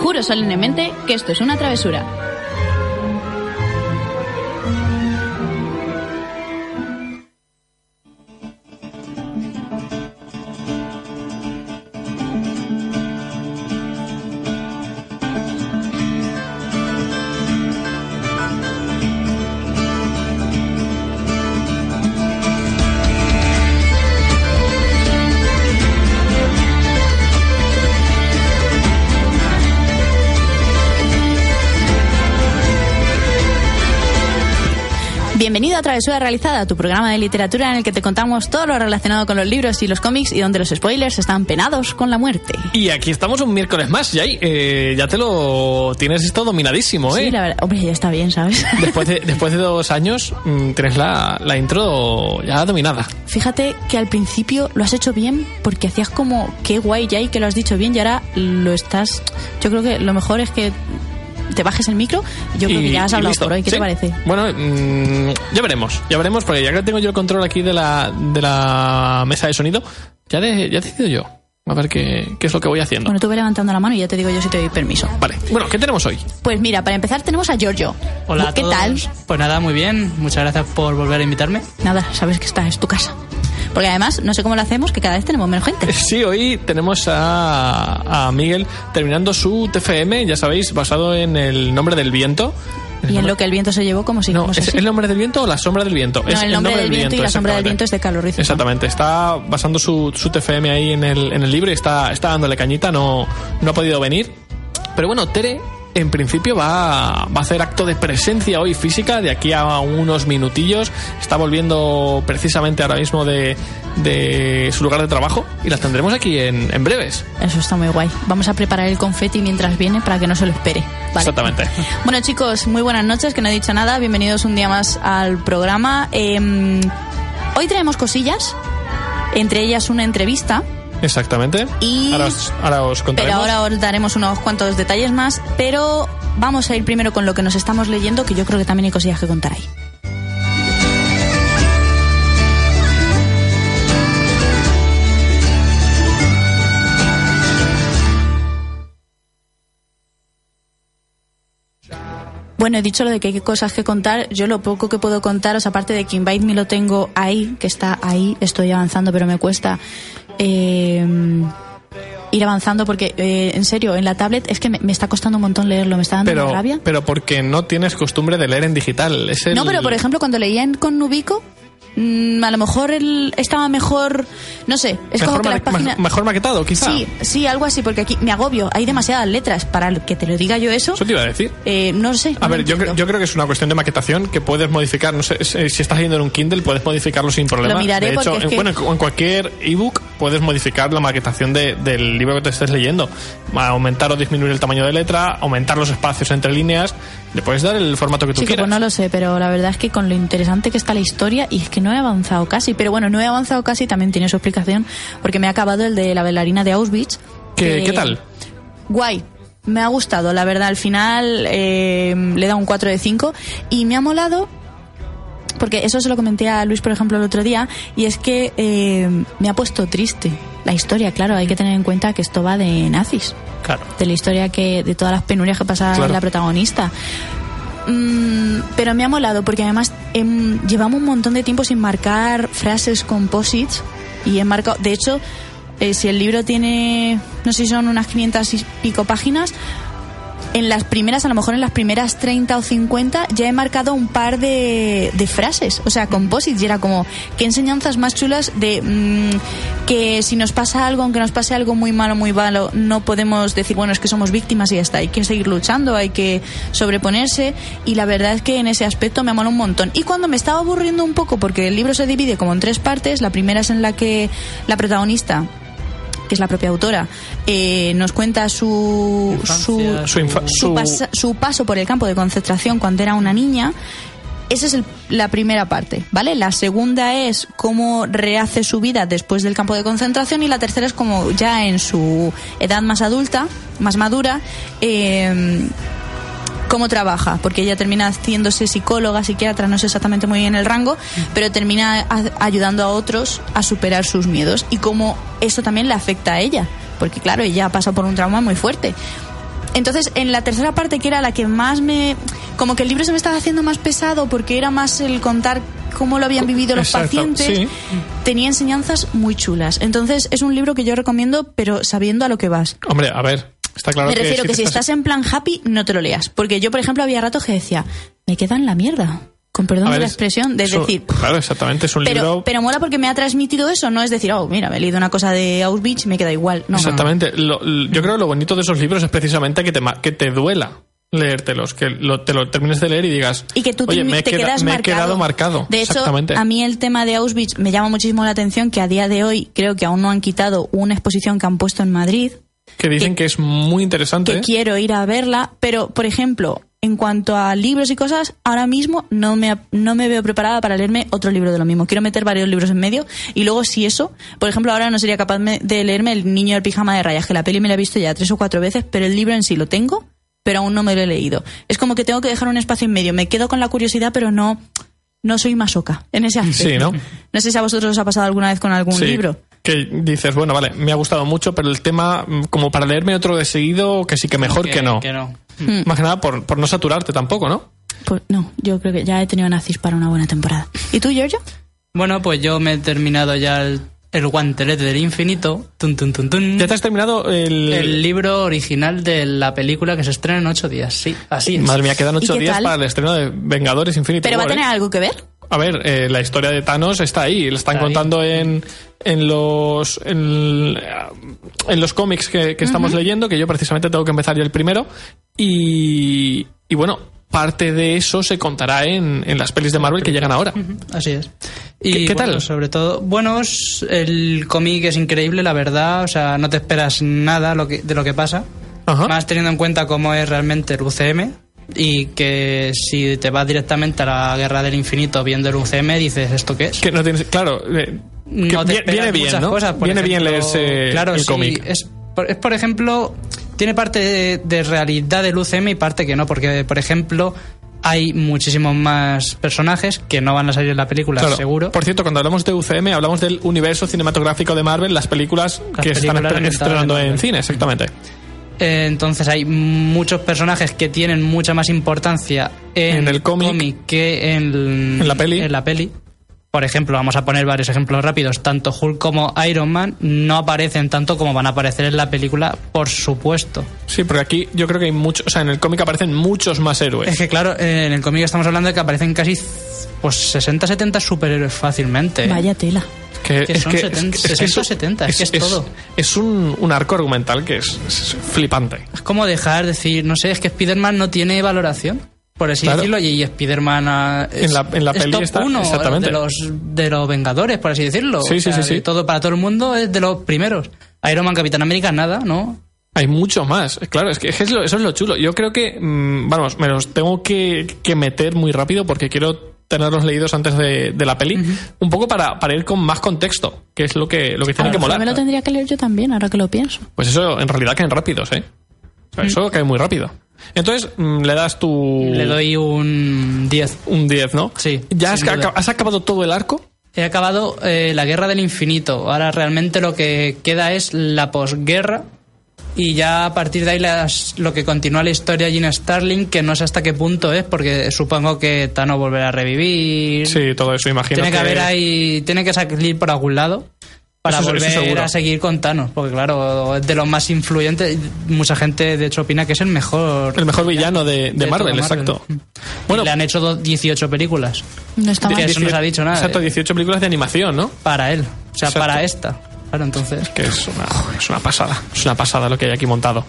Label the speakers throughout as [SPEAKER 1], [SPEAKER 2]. [SPEAKER 1] Juro solemnemente que esto es una travesura. Bienvenido a Travesura Realizada, tu programa de literatura en el que te contamos todo lo relacionado con los libros y los cómics y donde los spoilers están penados con la muerte.
[SPEAKER 2] Y aquí estamos un miércoles más, Yay. Eh, ya te lo tienes esto dominadísimo, ¿eh?
[SPEAKER 1] Sí, la verdad. Hombre, ya está bien, ¿sabes?
[SPEAKER 2] Después de, después de dos años mm, tienes la, la intro ya dominada.
[SPEAKER 1] Fíjate que al principio lo has hecho bien porque hacías como qué guay, Jay, que lo has dicho bien y ahora lo estás. Yo creo que lo mejor es que te bajes el micro. Yo creo
[SPEAKER 2] Y-
[SPEAKER 1] que ya has
[SPEAKER 2] y
[SPEAKER 1] hablado
[SPEAKER 2] listo.
[SPEAKER 1] por hoy. ¿Qué
[SPEAKER 2] Sí.
[SPEAKER 1] te parece?
[SPEAKER 2] Bueno, mm, ya veremos, ya veremos, porque ya que tengo yo el control aquí de la, de la mesa de sonido, ya, de- ya decido yo. A ver qué, qué es lo que voy haciendo.
[SPEAKER 1] Bueno, tú ve levantando la mano y ya te digo yo si te doy permiso.
[SPEAKER 2] Vale, bueno, ¿qué tenemos hoy?
[SPEAKER 1] Pues mira, para empezar tenemos a Giorgio.
[SPEAKER 3] Hola a
[SPEAKER 1] ¿Qué
[SPEAKER 3] todos.
[SPEAKER 1] tal?
[SPEAKER 3] Pues nada, muy bien. Muchas gracias por volver a invitarme.
[SPEAKER 1] Nada, sabes que esta es tu casa. Porque además, no sé cómo lo hacemos, que cada vez tenemos menos gente.
[SPEAKER 2] Sí, hoy tenemos a, a Miguel terminando su TFM, ya sabéis, basado en el nombre del viento.
[SPEAKER 1] Y en lo que el viento se llevó, como si
[SPEAKER 2] No,
[SPEAKER 1] no sé
[SPEAKER 2] ¿es
[SPEAKER 1] si-
[SPEAKER 2] el nombre del viento o la sombra del viento?
[SPEAKER 1] No,
[SPEAKER 2] es
[SPEAKER 1] el nombre del viento y la sombra del
[SPEAKER 2] exactamente.
[SPEAKER 1] viento es de Carlos Rizzo, ¿no?
[SPEAKER 2] Exactamente, está basando su, su TFM ahí en el, en el libro y está, está dándole cañita, no, no ha podido venir. Pero bueno, Tere en principio va, va a hacer acto de presencia hoy física de aquí a unos minutillos. Está volviendo precisamente ahora mismo de, de su lugar de trabajo y las tendremos aquí en, en breves.
[SPEAKER 1] Eso está muy guay. Vamos a preparar el confeti mientras viene para que no se lo espere. Vale.
[SPEAKER 2] Exactamente.
[SPEAKER 1] Bueno, chicos, muy buenas noches, que no he dicho nada. Bienvenidos un día más al programa. Eh, hoy traemos cosillas, entre ellas una entrevista,
[SPEAKER 2] Exactamente.
[SPEAKER 1] Y-
[SPEAKER 2] Ahora os, ahora os
[SPEAKER 1] pero
[SPEAKER 2] contaremos.
[SPEAKER 1] ahora os daremos unos cuantos detalles más. Pero vamos a ir primero con lo que nos estamos leyendo, que yo creo que también hay cosillas que contar ahí. Bueno, he dicho lo de que hay cosas que contar. Yo lo poco que puedo contaros, aparte de que Invite Me lo tengo ahí, que está ahí, estoy avanzando, pero me cuesta eh, ir avanzando porque, eh, en serio, en la tablet es que me, me está costando un montón leerlo, me está dando
[SPEAKER 2] pero,
[SPEAKER 1] una rabia.
[SPEAKER 2] pero porque no tienes costumbre de leer en digital. Es el-
[SPEAKER 1] No, pero por ejemplo, cuando leía en- con Nubico, mm, a lo mejor él estaba mejor, no sé, es como
[SPEAKER 2] mejor,
[SPEAKER 1] que las
[SPEAKER 2] ma-
[SPEAKER 1] páginas...
[SPEAKER 2] ma- mejor maquetado, quizá.
[SPEAKER 1] Sí, sí, algo así, porque aquí me agobio, hay demasiadas letras para que te lo diga yo eso.
[SPEAKER 2] Eso te iba a decir.
[SPEAKER 1] eh, no sé. no
[SPEAKER 2] A ver,
[SPEAKER 1] lo
[SPEAKER 2] yo, cre-
[SPEAKER 1] entiendo.
[SPEAKER 2] yo creo que es una cuestión de maquetación que puedes modificar. No sé, es- eh, si estás leyendo en un Kindle, puedes modificarlo sin problema.
[SPEAKER 1] Lo miraré
[SPEAKER 2] de hecho,
[SPEAKER 1] porque es
[SPEAKER 2] en,
[SPEAKER 1] que-
[SPEAKER 2] bueno, en cu- en cualquier ebook puedes modificar la maquetación de- del libro que te estés leyendo. Aumentar o disminuir el tamaño de letra, aumentar los espacios entre líneas. Le puedes dar el formato que tú
[SPEAKER 1] Sí, que,
[SPEAKER 2] quieras.
[SPEAKER 1] pues no lo sé, pero la verdad es que con lo interesante que está la historia, y es que no he avanzado casi, pero bueno, no he avanzado casi, también tiene su explicación, porque me ha acabado el de la bailarina de Auschwitz.
[SPEAKER 2] ¿Qué-
[SPEAKER 1] que-
[SPEAKER 2] qué tal?
[SPEAKER 1] Guay. Me ha gustado, la verdad. Al final eh, le da un 4 de 5 y me ha molado porque eso se lo comenté a Luis, por ejemplo, el otro día, y es que eh, me ha puesto triste la historia. Claro, hay que tener en cuenta que esto va de nazis
[SPEAKER 2] Claro.
[SPEAKER 1] de la historia que de todas las penurias que pasa
[SPEAKER 2] Claro.
[SPEAKER 1] la protagonista Mm, pero me ha molado porque además em, llevamos un montón de tiempo sin marcar frases composites y he marcado de hecho eh, si el libro tiene no sé si son unas 500 y pico páginas en las primeras, a lo mejor en las primeras 30 o 50, ya he marcado un par de, de frases, o sea, composites, y era como, qué enseñanzas más chulas de mm, que si nos pasa algo, aunque nos pase algo muy malo, muy malo, no podemos decir, bueno, es que somos víctimas y ya está, hay que seguir luchando, hay que sobreponerse, y la verdad es que en ese aspecto me mola un montón. Y cuando me estaba aburriendo un poco, porque el libro se divide como en tres partes, la primera es en la que la protagonista que es la propia autora, eh, nos cuenta su, su,
[SPEAKER 3] Infancia,
[SPEAKER 2] Su, infa-
[SPEAKER 1] su,
[SPEAKER 2] su-
[SPEAKER 1] pasa- su paso por el campo de concentración cuando era una niña. Esa es el- la primera parte, ¿vale? La segunda es cómo rehace su vida después del campo de concentración y la tercera es como ya en su edad más adulta, más madura, eh, cómo trabaja, porque ella termina haciéndose psicóloga, psiquiatra, no sé exactamente muy bien el rango, pero termina a- ayudando a otros a superar sus miedos y cómo eso también le afecta a ella, porque claro, ella pasa por un trauma muy fuerte. Entonces, en la tercera parte, que era la que más me... Como que el libro se me estaba haciendo más pesado porque era más el contar cómo lo habían vivido los
[SPEAKER 2] Exacto,
[SPEAKER 1] pacientes,
[SPEAKER 2] sí.
[SPEAKER 1] tenía enseñanzas muy chulas. Entonces, es un libro que yo recomiendo, pero sabiendo a lo que vas.
[SPEAKER 2] Hombre, a ver, está claro
[SPEAKER 1] me refiero que, si
[SPEAKER 2] te
[SPEAKER 1] estás en plan happy, no te lo leas. Porque yo, por ejemplo, había ratos que decía, me queda en la mierda. Con perdón
[SPEAKER 2] A
[SPEAKER 1] de
[SPEAKER 2] ver,
[SPEAKER 1] la
[SPEAKER 2] es-
[SPEAKER 1] expresión, de
[SPEAKER 2] es un-
[SPEAKER 1] decir,
[SPEAKER 2] Claro, exactamente, es un
[SPEAKER 1] pero,
[SPEAKER 2] libro...
[SPEAKER 1] pero mola porque me ha transmitido eso, no es decir, oh, mira, me he leído una cosa de Auschwitz, me queda igual. No,
[SPEAKER 2] Exactamente. Lo- l- yo creo que lo bonito de esos libros es precisamente que te, ma- que te duela leértelos, que lo- te lo termines de leer y digas...
[SPEAKER 1] Y que tú
[SPEAKER 2] Oye,
[SPEAKER 1] te,
[SPEAKER 2] me he
[SPEAKER 1] te
[SPEAKER 2] queda-
[SPEAKER 1] quedas
[SPEAKER 2] me he
[SPEAKER 1] marcado.
[SPEAKER 2] quedado marcado.
[SPEAKER 1] De hecho,
[SPEAKER 2] Exactamente.
[SPEAKER 1] a mí el tema de Auschwitz me llama muchísimo la atención que a día de hoy creo que aún no han quitado una exposición que han puesto en Madrid,
[SPEAKER 2] que dicen que, es muy interesante.
[SPEAKER 1] que quiero ir a verla, pero, por ejemplo, en cuanto a libros y cosas, ahora mismo no me, no me veo preparada para leerme otro libro de lo mismo. Quiero meter varios libros en medio y luego si eso, por ejemplo, ahora no sería capaz me- de leerme El niño del pijama de rayas, que la peli me la he visto ya tres o cuatro veces, pero el libro en sí lo tengo, pero aún no me lo he leído. Es como que tengo que dejar un espacio en medio. Me quedo con la curiosidad, pero no, no soy masoca en ese aspecto.
[SPEAKER 2] Sí, ¿no?
[SPEAKER 1] No sé si a vosotros os ha pasado alguna vez con algún
[SPEAKER 2] Sí,
[SPEAKER 1] libro.
[SPEAKER 2] Que dices, bueno, vale, me ha gustado mucho, pero el tema, mm, como para leerme otro de seguido, que sí que mejor que, no.
[SPEAKER 3] Que no.
[SPEAKER 1] Mm.
[SPEAKER 2] Más que nada por, por no saturarte tampoco, ¿no?
[SPEAKER 1] Pues no, yo creo que ya he tenido nazis para una buena temporada. ¿Y tú, Giorgio?
[SPEAKER 3] Bueno, pues yo me he terminado ya el, el guantelete del infinito. Tun, tun, tun, tun.
[SPEAKER 2] Ya te has terminado el...
[SPEAKER 3] El libro original de la película que se estrena en ocho días. Sí, así es.
[SPEAKER 2] Madre mía, quedan ocho
[SPEAKER 1] qué
[SPEAKER 2] días
[SPEAKER 1] tal?
[SPEAKER 2] para el estreno de Vengadores Infinity
[SPEAKER 1] ¿Pero va a
[SPEAKER 2] War, ¿eh?
[SPEAKER 1] tener algo que ver?
[SPEAKER 2] A ver, eh, la historia de Thanos está ahí, la están
[SPEAKER 3] Está ahí.
[SPEAKER 2] contando en, en los en, eh, en los cómics que, que estamos leyendo, que yo precisamente tengo que empezar yo el primero. Y, y bueno, parte de eso se contará en, en las pelis de Marvel que llegan ahora.
[SPEAKER 3] Así es.
[SPEAKER 2] ¿Qué- qué
[SPEAKER 3] bueno,
[SPEAKER 2] tal?
[SPEAKER 3] Sobre todo, bueno, es- el cómic es increíble, la verdad. O sea, no te esperas nada lo que, de lo que pasa.
[SPEAKER 2] Ajá.
[SPEAKER 3] Más teniendo en cuenta cómo es realmente el UCM y que si te vas directamente a la Guerra del Infinito viendo el UCM, dices, ¿esto qué es?
[SPEAKER 2] Que no tienes, claro, eh, que
[SPEAKER 3] no te
[SPEAKER 2] vie-
[SPEAKER 3] esperas
[SPEAKER 2] viene bien,
[SPEAKER 3] muchas
[SPEAKER 2] ¿no?
[SPEAKER 3] cosas, por
[SPEAKER 2] viene bien
[SPEAKER 3] ejemplo,
[SPEAKER 2] leerse
[SPEAKER 3] claro,
[SPEAKER 2] el
[SPEAKER 3] sí,
[SPEAKER 2] cómic.
[SPEAKER 3] Es por, es, por ejemplo, tiene parte de, de realidad del UCM y parte que no, porque, por ejemplo, hay muchísimos más personajes que no van a salir en la película,
[SPEAKER 2] Claro.
[SPEAKER 3] seguro.
[SPEAKER 2] Por cierto, cuando hablamos de UCM, hablamos del universo cinematográfico de Marvel, las películas
[SPEAKER 3] Las
[SPEAKER 2] que se están
[SPEAKER 3] películas
[SPEAKER 2] estre-
[SPEAKER 3] ambientadas en
[SPEAKER 2] estrenando en
[SPEAKER 3] Marvel.
[SPEAKER 2] cine, exactamente.
[SPEAKER 3] Eh, Entonces hay muchos personajes que tienen mucha más importancia en,
[SPEAKER 2] En el cómic.
[SPEAKER 3] que en,
[SPEAKER 2] En la peli.
[SPEAKER 3] en la peli. Por ejemplo, vamos a poner varios ejemplos rápidos. Tanto Hulk como Iron Man no aparecen tanto como van a aparecer en la película, por supuesto.
[SPEAKER 2] Sí, porque aquí yo creo que hay muchos, o sea, en el cómic aparecen muchos más héroes.
[SPEAKER 3] Es que claro, eh, en el cómic estamos hablando de que aparecen casi pues 60, 70 superhéroes fácilmente.
[SPEAKER 1] Vaya tela.
[SPEAKER 2] Que,
[SPEAKER 3] Que
[SPEAKER 2] es
[SPEAKER 3] son
[SPEAKER 2] que-
[SPEAKER 3] 70,
[SPEAKER 2] es que- es que
[SPEAKER 3] 60,
[SPEAKER 2] eso-
[SPEAKER 3] 70, es que es todo.
[SPEAKER 2] Es un, un arco argumental que es, es flipante.
[SPEAKER 3] Es como dejar decir, no sé, es que Spider-Man no tiene valoración. Por así
[SPEAKER 2] Claro.
[SPEAKER 3] decirlo, y, y Spider-Man ah, es-
[SPEAKER 2] En la- en la
[SPEAKER 3] es
[SPEAKER 2] peli
[SPEAKER 3] top
[SPEAKER 2] está-
[SPEAKER 3] uno
[SPEAKER 2] exactamente.
[SPEAKER 3] de los, de los Vengadores, por así decirlo.
[SPEAKER 2] Sí,
[SPEAKER 3] O
[SPEAKER 2] sí,
[SPEAKER 3] sea,
[SPEAKER 2] sí, sí.
[SPEAKER 3] de Todo para todo el mundo es de los primeros. Iron Man, Capitán América, nada, ¿no?
[SPEAKER 2] Hay mucho más. Claro, es que es lo- eso es lo chulo. Yo creo que, mm, vamos, me los tengo que, que meter muy rápido porque quiero tenerlos leídos antes de, de la peli, un poco para, para ir con más contexto, que es lo que, lo que tiene que molar.
[SPEAKER 1] me lo tendría que leer yo también, ahora que lo pienso.
[SPEAKER 2] Pues eso en realidad caen rápidos, ¿eh? O sea, Eso cae muy rápido. Entonces, mm, le das tu...
[SPEAKER 3] Le doy un 10.
[SPEAKER 2] un 10, ¿no?
[SPEAKER 3] Sí,
[SPEAKER 2] ¿Ya has,
[SPEAKER 3] sin duda.
[SPEAKER 2] aca- has acabado todo el arco?
[SPEAKER 3] He acabado eh, la guerra del infinito. Ahora realmente lo que queda es la posguerra. Y ya a partir de ahí las- lo que continúa la historia de Gina Starling, que no sé hasta qué punto es, porque supongo que Thanos volverá a revivir.
[SPEAKER 2] Sí, todo eso, imagino.
[SPEAKER 3] tiene que, haber ahí, tiene que salir por algún lado para
[SPEAKER 2] Eso se- eso
[SPEAKER 3] volver
[SPEAKER 2] seguro.
[SPEAKER 3] a seguir con Thanos, porque claro, es de los más influyentes. Mucha gente de hecho opina que es el mejor.
[SPEAKER 2] El mejor villano de, de
[SPEAKER 3] de
[SPEAKER 2] Marvel,
[SPEAKER 3] todo Marvel.
[SPEAKER 2] exacto.
[SPEAKER 3] Mm.
[SPEAKER 2] Bueno,
[SPEAKER 3] Le han hecho do- 18 películas
[SPEAKER 1] No está
[SPEAKER 3] mal. eso no se ha dicho nada,
[SPEAKER 2] Exacto,
[SPEAKER 3] eh.
[SPEAKER 2] 18 películas de animación, ¿no?
[SPEAKER 3] para él, o sea,
[SPEAKER 2] Exacto.
[SPEAKER 3] para esta. Claro, entonces.
[SPEAKER 2] Que es una, es una pasada. Es una pasada lo que hay aquí montado.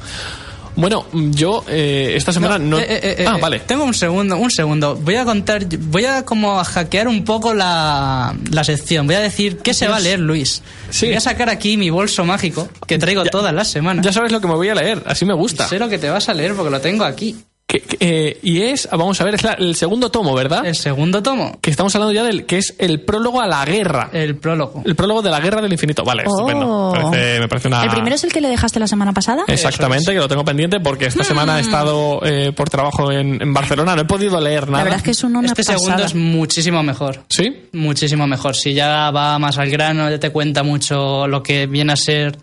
[SPEAKER 2] Bueno, yo eh, esta semana no.
[SPEAKER 3] Eh, eh, eh,
[SPEAKER 2] ah,
[SPEAKER 3] eh,
[SPEAKER 2] vale.
[SPEAKER 3] Tengo un segundo, un segundo. Voy a contar, voy a como a hackear un poco la, la sección. Voy a decir qué se va a leer Luis.
[SPEAKER 2] Sí.
[SPEAKER 3] Voy a sacar aquí mi bolso mágico que traigo
[SPEAKER 2] Ya-
[SPEAKER 3] todas las semanas.
[SPEAKER 2] Ya sabes lo que me voy a leer, así me gusta.
[SPEAKER 3] sé lo que te vas a leer porque lo tengo aquí.
[SPEAKER 2] Que- que, eh, y es, ah, vamos a ver, es la- el segundo tomo,
[SPEAKER 1] ¿Ah?
[SPEAKER 2] ¿verdad?
[SPEAKER 3] El segundo tomo,
[SPEAKER 2] Que estamos hablando ya del que es el prólogo a la guerra. El,
[SPEAKER 3] el prólogo.
[SPEAKER 2] prólogo de la guerra del infinito. Vale,
[SPEAKER 1] Oh.
[SPEAKER 2] estupendo. Parece- me parece una.
[SPEAKER 1] El primero es el que le dejaste la semana pasada.
[SPEAKER 2] Exactamente, que lo tengo pendiente porque esta semana he estado eh, por trabajo en, en Barcelona, no he podido leer nada.
[SPEAKER 1] La verdad es que es una
[SPEAKER 3] Este
[SPEAKER 1] pasada.
[SPEAKER 3] segundo es muchísimo mejor.
[SPEAKER 2] ¿Sí?
[SPEAKER 3] Muchísimo mejor. Si ya va más al grano, ya te cuenta mucho lo que viene a ser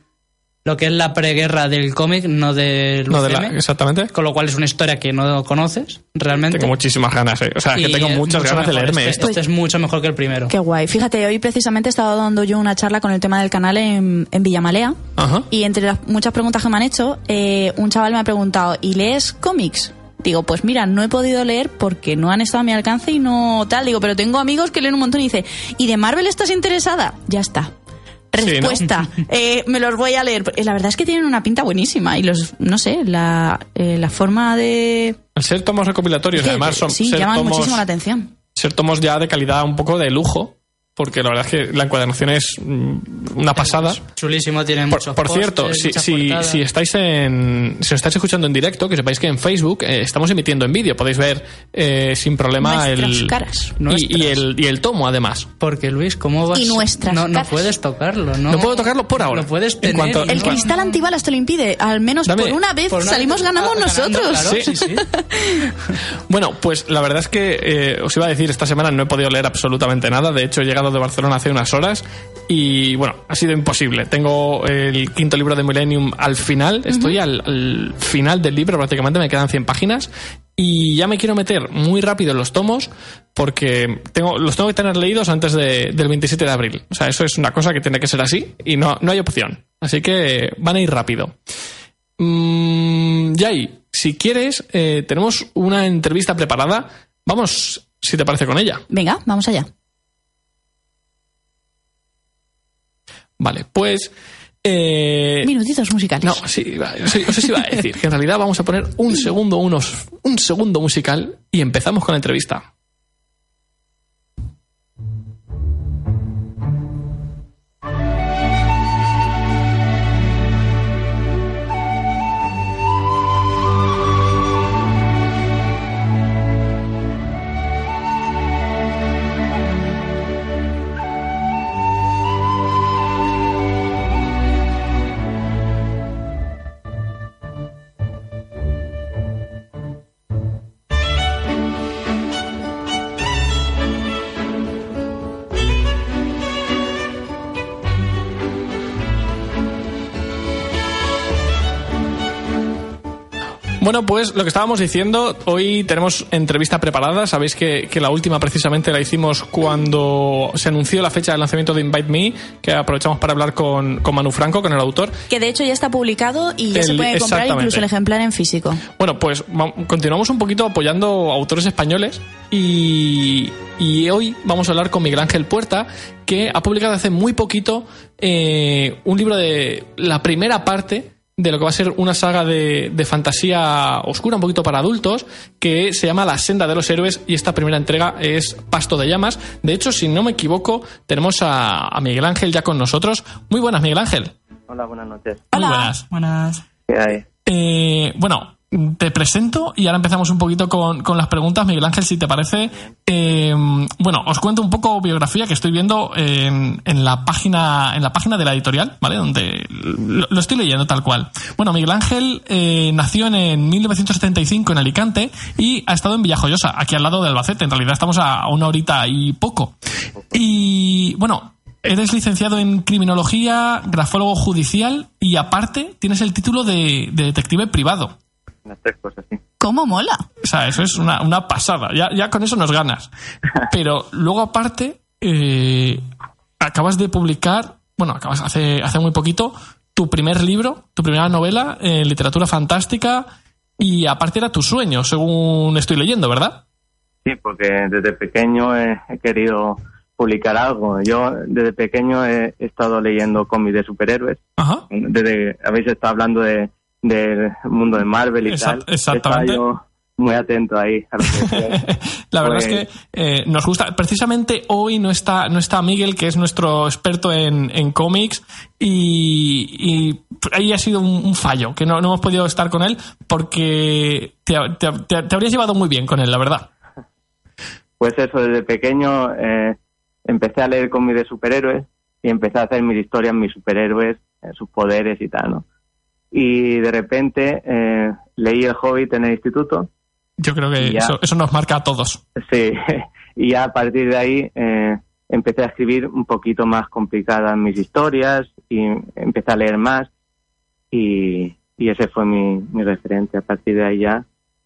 [SPEAKER 3] lo que es la preguerra del cómic, no del
[SPEAKER 2] No, de la-
[SPEAKER 3] UCM,
[SPEAKER 2] exactamente.
[SPEAKER 3] con lo cual es una historia que no conoces realmente.
[SPEAKER 2] Tengo muchísimas ganas, eh. O sea, que
[SPEAKER 3] Y
[SPEAKER 2] tengo
[SPEAKER 3] es
[SPEAKER 2] muchas
[SPEAKER 3] mucho
[SPEAKER 2] ganas de
[SPEAKER 3] mejor.
[SPEAKER 2] leerme
[SPEAKER 3] Este-
[SPEAKER 2] esto.
[SPEAKER 3] Este es mucho mejor que el primero.
[SPEAKER 1] Qué guay. Fíjate, hoy precisamente he estado dando yo una charla con el tema del canal en, en Villamalea.
[SPEAKER 2] Ajá.
[SPEAKER 1] Y entre las muchas preguntas que me han hecho, eh, un chaval me ha preguntado, ¿y lees cómics? Digo, pues mira, no he podido leer porque no han estado a mi alcance y no tal. Digo, pero tengo amigos que leen un montón y dice, ¿y de Marvel estás interesada? Ya está.
[SPEAKER 2] Sí, ¿no?
[SPEAKER 1] Respuesta. Eh, me los voy a leer. Eh, La verdad es que tienen una pinta buenísima y los, no sé, la, eh, la forma de...
[SPEAKER 2] Al ser tomos recopilatorios,
[SPEAKER 1] que,
[SPEAKER 2] además son
[SPEAKER 1] sí,
[SPEAKER 2] ser
[SPEAKER 1] llaman
[SPEAKER 2] tomos-
[SPEAKER 1] muchísimo la atención.
[SPEAKER 2] ser tomos ya de calidad un poco de lujo, porque la verdad es que la encuadernación es mm, una pasada.
[SPEAKER 3] Chulísimo, tiene
[SPEAKER 2] Por,
[SPEAKER 3] muchos
[SPEAKER 2] por cierto,
[SPEAKER 3] pósters,
[SPEAKER 2] si,
[SPEAKER 3] muchas
[SPEAKER 2] si-
[SPEAKER 3] portadas.
[SPEAKER 2] si estáis en, si os estáis escuchando en directo, que sepáis que en Facebook eh, estamos emitiendo en vídeo, podéis ver eh, sin problema
[SPEAKER 1] Nuestras
[SPEAKER 2] el,
[SPEAKER 1] caras.
[SPEAKER 2] Y, y el y el tomo además.
[SPEAKER 3] Porque Luis, ¿cómo vas?
[SPEAKER 1] Y nuestras
[SPEAKER 3] no, no
[SPEAKER 1] caras.
[SPEAKER 3] puedes tocarlo, ¿no?
[SPEAKER 2] No puedo tocarlo por ahora.
[SPEAKER 3] Lo puedes
[SPEAKER 2] En
[SPEAKER 3] tener.
[SPEAKER 2] cuanto-
[SPEAKER 3] y
[SPEAKER 2] en
[SPEAKER 1] El
[SPEAKER 3] no-
[SPEAKER 2] cuan-
[SPEAKER 1] cristal antibalas te lo impide. Al menos
[SPEAKER 2] Dame-
[SPEAKER 1] por una vez
[SPEAKER 3] Por una-
[SPEAKER 1] salimos ganamos
[SPEAKER 3] ah, ganando,
[SPEAKER 1] nosotros.
[SPEAKER 3] claro,
[SPEAKER 2] Sí.
[SPEAKER 3] sí, sí.
[SPEAKER 2] Bueno, pues la verdad es que eh, os iba a decir, esta semana no he podido leer absolutamente nada. De hecho, he llegado de Barcelona hace unas horas y, bueno, ha sido imposible. Tengo eh, el quinto libro de Millennium al final. Estoy al, al final del libro, prácticamente me quedan 100 páginas. Y ya me quiero meter muy rápido en los tomos porque tengo, los tengo que tener leídos antes de- del 27 de abril. O sea, eso es una cosa que tiene que ser así y no, no hay opción. Así que van a ir rápido. Mm, Yay, si quieres, eh, tenemos una entrevista preparada. Vamos, si te parece, con ella.
[SPEAKER 1] Venga, vamos allá.
[SPEAKER 2] Vale, pues. eh,
[SPEAKER 1] Minutitos musicales.
[SPEAKER 2] no, sí, va, sí, eso sí iba a decir. Que en realidad vamos a poner un segundo, unos, un segundo musical y empezamos con la entrevista. Bueno, pues lo que estábamos diciendo, hoy tenemos entrevista preparada. Sabéis que, que la última precisamente la hicimos cuando se anunció la fecha del lanzamiento de Invite Me, que aprovechamos para hablar con, con Manu Franco, con el autor.
[SPEAKER 1] Que de hecho ya está publicado y ya se
[SPEAKER 2] El-
[SPEAKER 1] puede comprar
[SPEAKER 2] exactamente.
[SPEAKER 1] incluso el ejemplar en físico.
[SPEAKER 2] Bueno, pues va- continuamos un poquito apoyando autores españoles y, y hoy vamos a hablar con Miguel Ángel Puerta, que ha publicado hace muy poquito eh, un libro de la primera parte de lo que va a ser una saga de, de fantasía oscura, un poquito para adultos, que se llama La senda de los héroes y esta primera entrega es Pasto de llamas. De hecho, si no me equivoco, tenemos a, a Miguel Ángel ya con nosotros. Muy buenas, Miguel Ángel.
[SPEAKER 4] Hola, buenas noches.
[SPEAKER 1] Hola.
[SPEAKER 2] Muy buenas.
[SPEAKER 3] Buenas.
[SPEAKER 4] ¿Qué hay?
[SPEAKER 2] Eh, bueno, te presento y ahora empezamos un poquito con, con las preguntas, Miguel Ángel, si te parece. Eh, bueno, os cuento un poco biografía que estoy viendo en, en la página en la página de la editorial, ¿vale? Donde lo, lo estoy leyendo tal cual. Bueno, Miguel Ángel eh, nació en, en 1975 en Alicante y ha estado en Villajoyosa, aquí al lado de Albacete. En realidad estamos a una horita y poco. Y bueno, Eres licenciado en criminología, grafólogo judicial y aparte tienes el título de, de detective privado.
[SPEAKER 4] Unas tres cosas, sí.
[SPEAKER 1] ¿Cómo mola?
[SPEAKER 2] O sea, eso es una, una pasada. Ya, ya con eso nos ganas. Pero luego aparte, eh, acabas de publicar, bueno, acabas hace, hace muy poquito, tu primer libro, tu primera novela en literatura fantástica y aparte era tu sueño, según estoy leyendo, ¿verdad?
[SPEAKER 4] Sí, porque desde pequeño he, he querido publicar algo. Yo desde pequeño he, he estado leyendo cómics de superhéroes.
[SPEAKER 2] Ajá.
[SPEAKER 4] Desde habéis estado hablando de, del mundo de Marvel y
[SPEAKER 2] Exact-
[SPEAKER 4] tal.
[SPEAKER 2] exactamente.
[SPEAKER 4] Estaba yo muy atento ahí a lo que decíais.
[SPEAKER 2] La verdad
[SPEAKER 4] Pues-
[SPEAKER 2] es que eh, nos gusta. Precisamente hoy no está, no está Miguel, que es nuestro experto en, en cómics, y, y ahí ha sido un, un fallo, que no, no hemos podido estar con él porque te, te- te- te habrías llevado muy bien con él, la verdad.
[SPEAKER 4] Pues eso, desde pequeño eh, empecé a leer cómics de superhéroes y empecé a hacer mis historias, mis superhéroes, eh, sus poderes y tal, ¿no? Y de repente eh, leí El Hobbit en el instituto
[SPEAKER 2] Yo creo que
[SPEAKER 4] Ya.
[SPEAKER 2] eso, eso nos marca a todos.
[SPEAKER 4] Sí, y ya a partir de ahí eh, empecé a escribir un poquito más complicadas mis historias y empecé a leer más. y, y ese fue mi, mi referente. A partir de ahí ya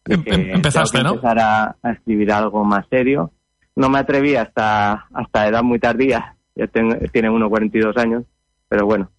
[SPEAKER 2] Em-
[SPEAKER 4] dije,
[SPEAKER 2] em- empezaste,
[SPEAKER 4] tengo que
[SPEAKER 2] ¿no?
[SPEAKER 4] empezar a, a escribir algo más serio. No me atreví hasta, hasta edad muy tardía, ya tengo, tiene uno 42 años, pero bueno,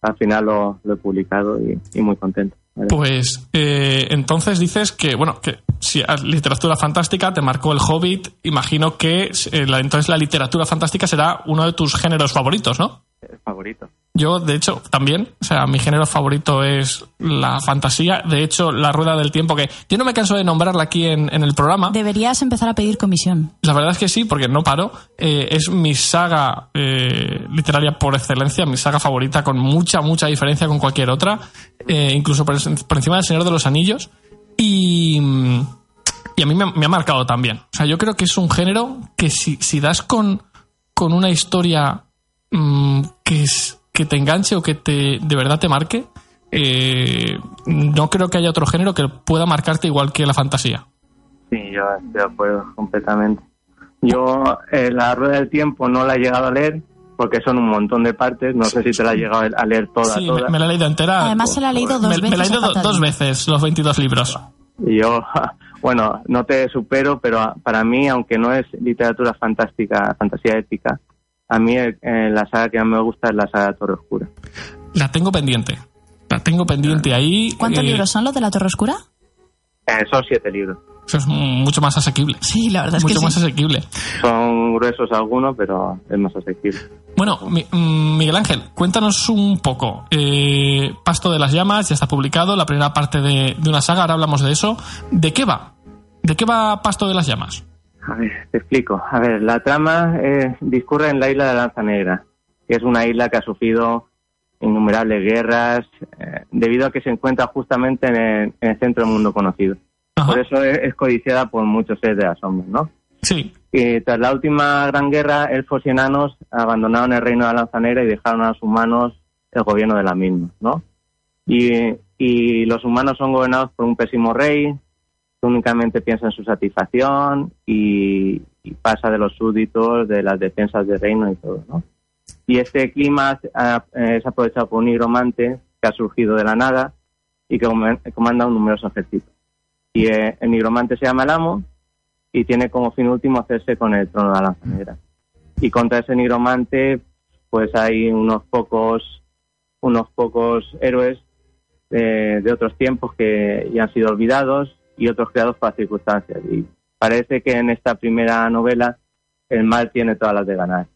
[SPEAKER 4] al final lo, lo he publicado y, y muy contento. la verdad.
[SPEAKER 2] Pues eh, entonces dices que, bueno, que si a- literatura fantástica te marcó el Hobbit, imagino que eh, la- entonces la literatura fantástica será uno de tus géneros favoritos, ¿no?
[SPEAKER 4] Favorito.
[SPEAKER 2] Yo, de hecho, también, o sea, mi género favorito es la fantasía, de hecho, la rueda del tiempo, que yo no me canso de nombrarla aquí en, en el programa.
[SPEAKER 1] Deberías empezar a pedir comisión.
[SPEAKER 2] La verdad es que sí, porque no paro. Eh, es mi saga eh, literaria por excelencia, mi saga favorita, con mucha, mucha diferencia con cualquier otra, eh, incluso por, por encima del Señor de los Anillos. Y, mm, y a mí me, me ha marcado también. O sea, yo creo que es un género que si, si das con, con una historia mm, que, es, que te enganche o que te, de verdad te marque, eh, no creo que haya otro género que pueda marcarte igual que la fantasía.
[SPEAKER 4] Sí, yo estoy de acuerdo completamente. Yo eh, la rueda del tiempo no la he llegado a leer porque son un montón de partes. No sé si te la he llegado a leer toda,
[SPEAKER 2] Sí, me,
[SPEAKER 4] toda.
[SPEAKER 2] me la he leído entera.
[SPEAKER 1] Además, se la ha leído dos
[SPEAKER 2] Ah,
[SPEAKER 1] veces.
[SPEAKER 2] me, me la he leído
[SPEAKER 1] a
[SPEAKER 2] do-
[SPEAKER 1] Patadín.
[SPEAKER 2] dos veces los 22 libros.
[SPEAKER 4] Y yo, bueno, no te supero, pero a- para mí, aunque no es literatura fantástica, fantasía épica, a mí el- eh, la saga que más me gusta es la saga Torre Oscura.
[SPEAKER 2] La tengo pendiente. La tengo pendiente ahí.
[SPEAKER 1] ¿Cuántos
[SPEAKER 2] eh,
[SPEAKER 1] libros son los de la Torre Oscura?
[SPEAKER 4] Eh, son siete libros.
[SPEAKER 2] Eso es mucho más asequible.
[SPEAKER 1] Sí, la verdad es
[SPEAKER 2] mucho
[SPEAKER 1] que
[SPEAKER 2] más
[SPEAKER 1] sí.
[SPEAKER 2] asequible.
[SPEAKER 4] Son gruesos algunos, pero es más asequible.
[SPEAKER 2] Bueno, mi- mm, Miguel Ángel, cuéntanos un poco. Eh, Pasto de las llamas ya está publicado, la primera parte de, de una saga, ahora hablamos de eso. ¿De qué va? ¿De qué va Pasto de las llamas?
[SPEAKER 4] A ver, te explico. A ver, la trama eh, discurre en la isla de Lanza Negra, que es una isla que ha sufrido innumerables guerras eh, debido a que se encuentra justamente en el, en el centro del mundo conocido.
[SPEAKER 2] Ajá.
[SPEAKER 4] Por eso es, es codiciada por muchos seres de las sombras, ¿no?
[SPEAKER 2] Sí,
[SPEAKER 4] Y tras la última gran guerra, elfos y enanos abandonaron el reino de la Lanza Negra y dejaron a los humanos el gobierno de la misma, ¿no? Y, y los humanos son gobernados por un pésimo rey que únicamente piensa en su satisfacción y, y pasa de los súbditos, de las defensas del reino y todo, ¿no? Y este clima ah, eh, es aprovechado por un nigromante que ha surgido de la nada y que comen- comanda un numeroso ejército. Y eh, el nigromante se llama el amo y tiene como fin último hacerse con el trono de la lanza negra. Y contra ese nigromante, pues hay unos pocos, unos pocos héroes eh, de otros tiempos que ya han sido olvidados y otros creados para circunstancias. Y parece que en esta primera novela el mal tiene todas las de ganar.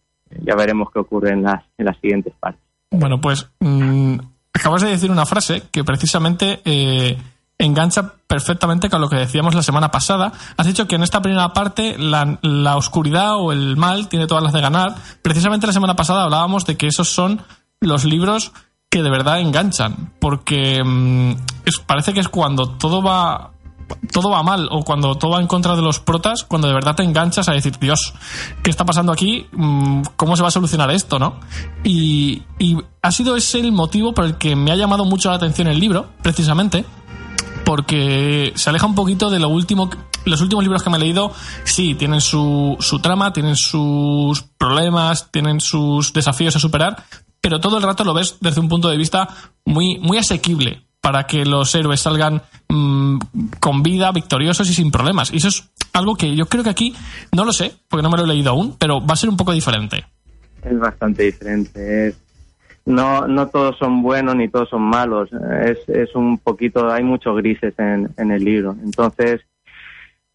[SPEAKER 4] Ya veremos qué ocurre en las, en las siguientes partes.
[SPEAKER 2] Bueno, pues mm, acabas de decir una frase que precisamente eh, engancha perfectamente con lo que decíamos la semana pasada. Has dicho que en esta primera parte la, la oscuridad o el mal tiene todas las de ganar. Precisamente la semana pasada hablábamos de que esos son los libros que de verdad enganchan, porque mm, es- parece que es cuando todo va todo va mal o cuando todo va en contra de los protas, cuando de verdad te enganchas a decir, Dios, ¿qué está pasando aquí? Mm, ¿Cómo se va a solucionar esto, no? Y, y ha sido ese el motivo por el que me ha llamado mucho la atención el libro, precisamente, porque se aleja un poquito de lo último que- los últimos libros que me he leído sí tienen su, su trama tienen sus problemas tienen sus desafíos a superar pero todo el rato lo ves desde un punto de vista muy muy asequible para que los héroes salgan mm, con vida victoriosos y sin problemas y eso es algo que yo creo que aquí no lo sé porque no me lo he leído aún pero va a ser un poco diferente
[SPEAKER 4] Es bastante diferente. es- no, no todos son buenos ni todos son malos. Es, es un poquito, hay muchos grises en, en el libro. Entonces,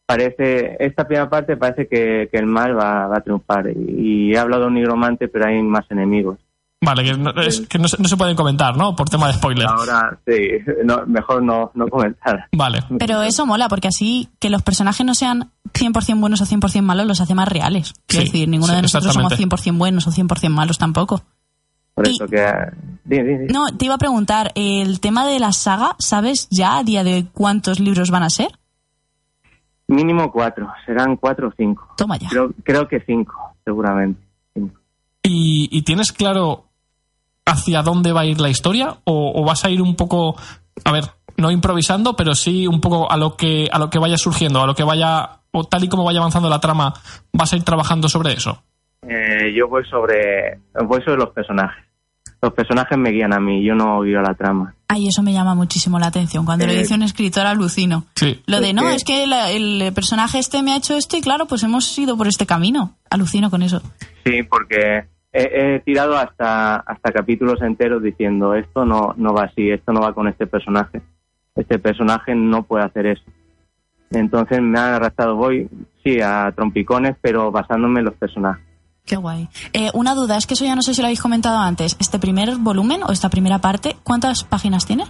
[SPEAKER 4] parece, esta primera parte parece que, que el mal va, va a triunfar. Y, y he hablado de un nigromante, pero hay más enemigos.
[SPEAKER 2] vale que no, es que no, se- no se pueden comentar no por tema de spoiler
[SPEAKER 4] Ahora, sí, no, mejor no, no comentar.
[SPEAKER 2] vale
[SPEAKER 1] Pero eso mola, porque así que los personajes no sean 100% buenos o 100% malos los hace más reales. Es
[SPEAKER 2] Sí,
[SPEAKER 1] decir, ninguno
[SPEAKER 2] sí,
[SPEAKER 1] de nosotros somos
[SPEAKER 2] exactamente.
[SPEAKER 1] 100% buenos o 100% malos tampoco.
[SPEAKER 4] Por
[SPEAKER 1] Y-
[SPEAKER 4] eso que... di, di, di.
[SPEAKER 1] No, te iba a preguntar, el tema de la saga, ¿sabes ya a día de hoy cuántos libros van a ser?
[SPEAKER 4] Mínimo cuatro, serán cuatro o cinco.
[SPEAKER 1] Toma ya.
[SPEAKER 4] Creo, creo que cinco, seguramente. Cinco.
[SPEAKER 2] ¿Y, y tienes claro hacia dónde va a ir la historia? ¿O, o vas a ir un poco, a ver, no improvisando, pero sí un poco a lo que, a lo que vaya surgiendo, a lo que vaya, o tal y como vaya avanzando la trama, vas a ir trabajando sobre eso?
[SPEAKER 4] Eh, yo voy sobre, voy sobre los personajes. Los personajes me guían a mí, yo no guío la trama.
[SPEAKER 1] Ay, eso me llama muchísimo la atención. Cuando lo
[SPEAKER 4] Eh,
[SPEAKER 1] dice un escritor, alucino.
[SPEAKER 2] Sí.
[SPEAKER 1] Lo de, no,
[SPEAKER 4] porque-
[SPEAKER 1] es que la- el personaje este me ha hecho esto y claro, pues hemos ido por este camino. Alucino con eso.
[SPEAKER 4] Sí, porque he, he tirado hasta, hasta capítulos enteros diciendo esto no, no va así, esto no va con este personaje. Este personaje no puede hacer eso. Entonces me han arrastrado, voy, sí, a trompicones, pero basándome en los personajes.
[SPEAKER 1] Qué guay. Eh, una duda, es que eso ya no sé si lo habéis comentado antes. Este primer volumen o esta primera parte, ¿cuántas páginas tiene?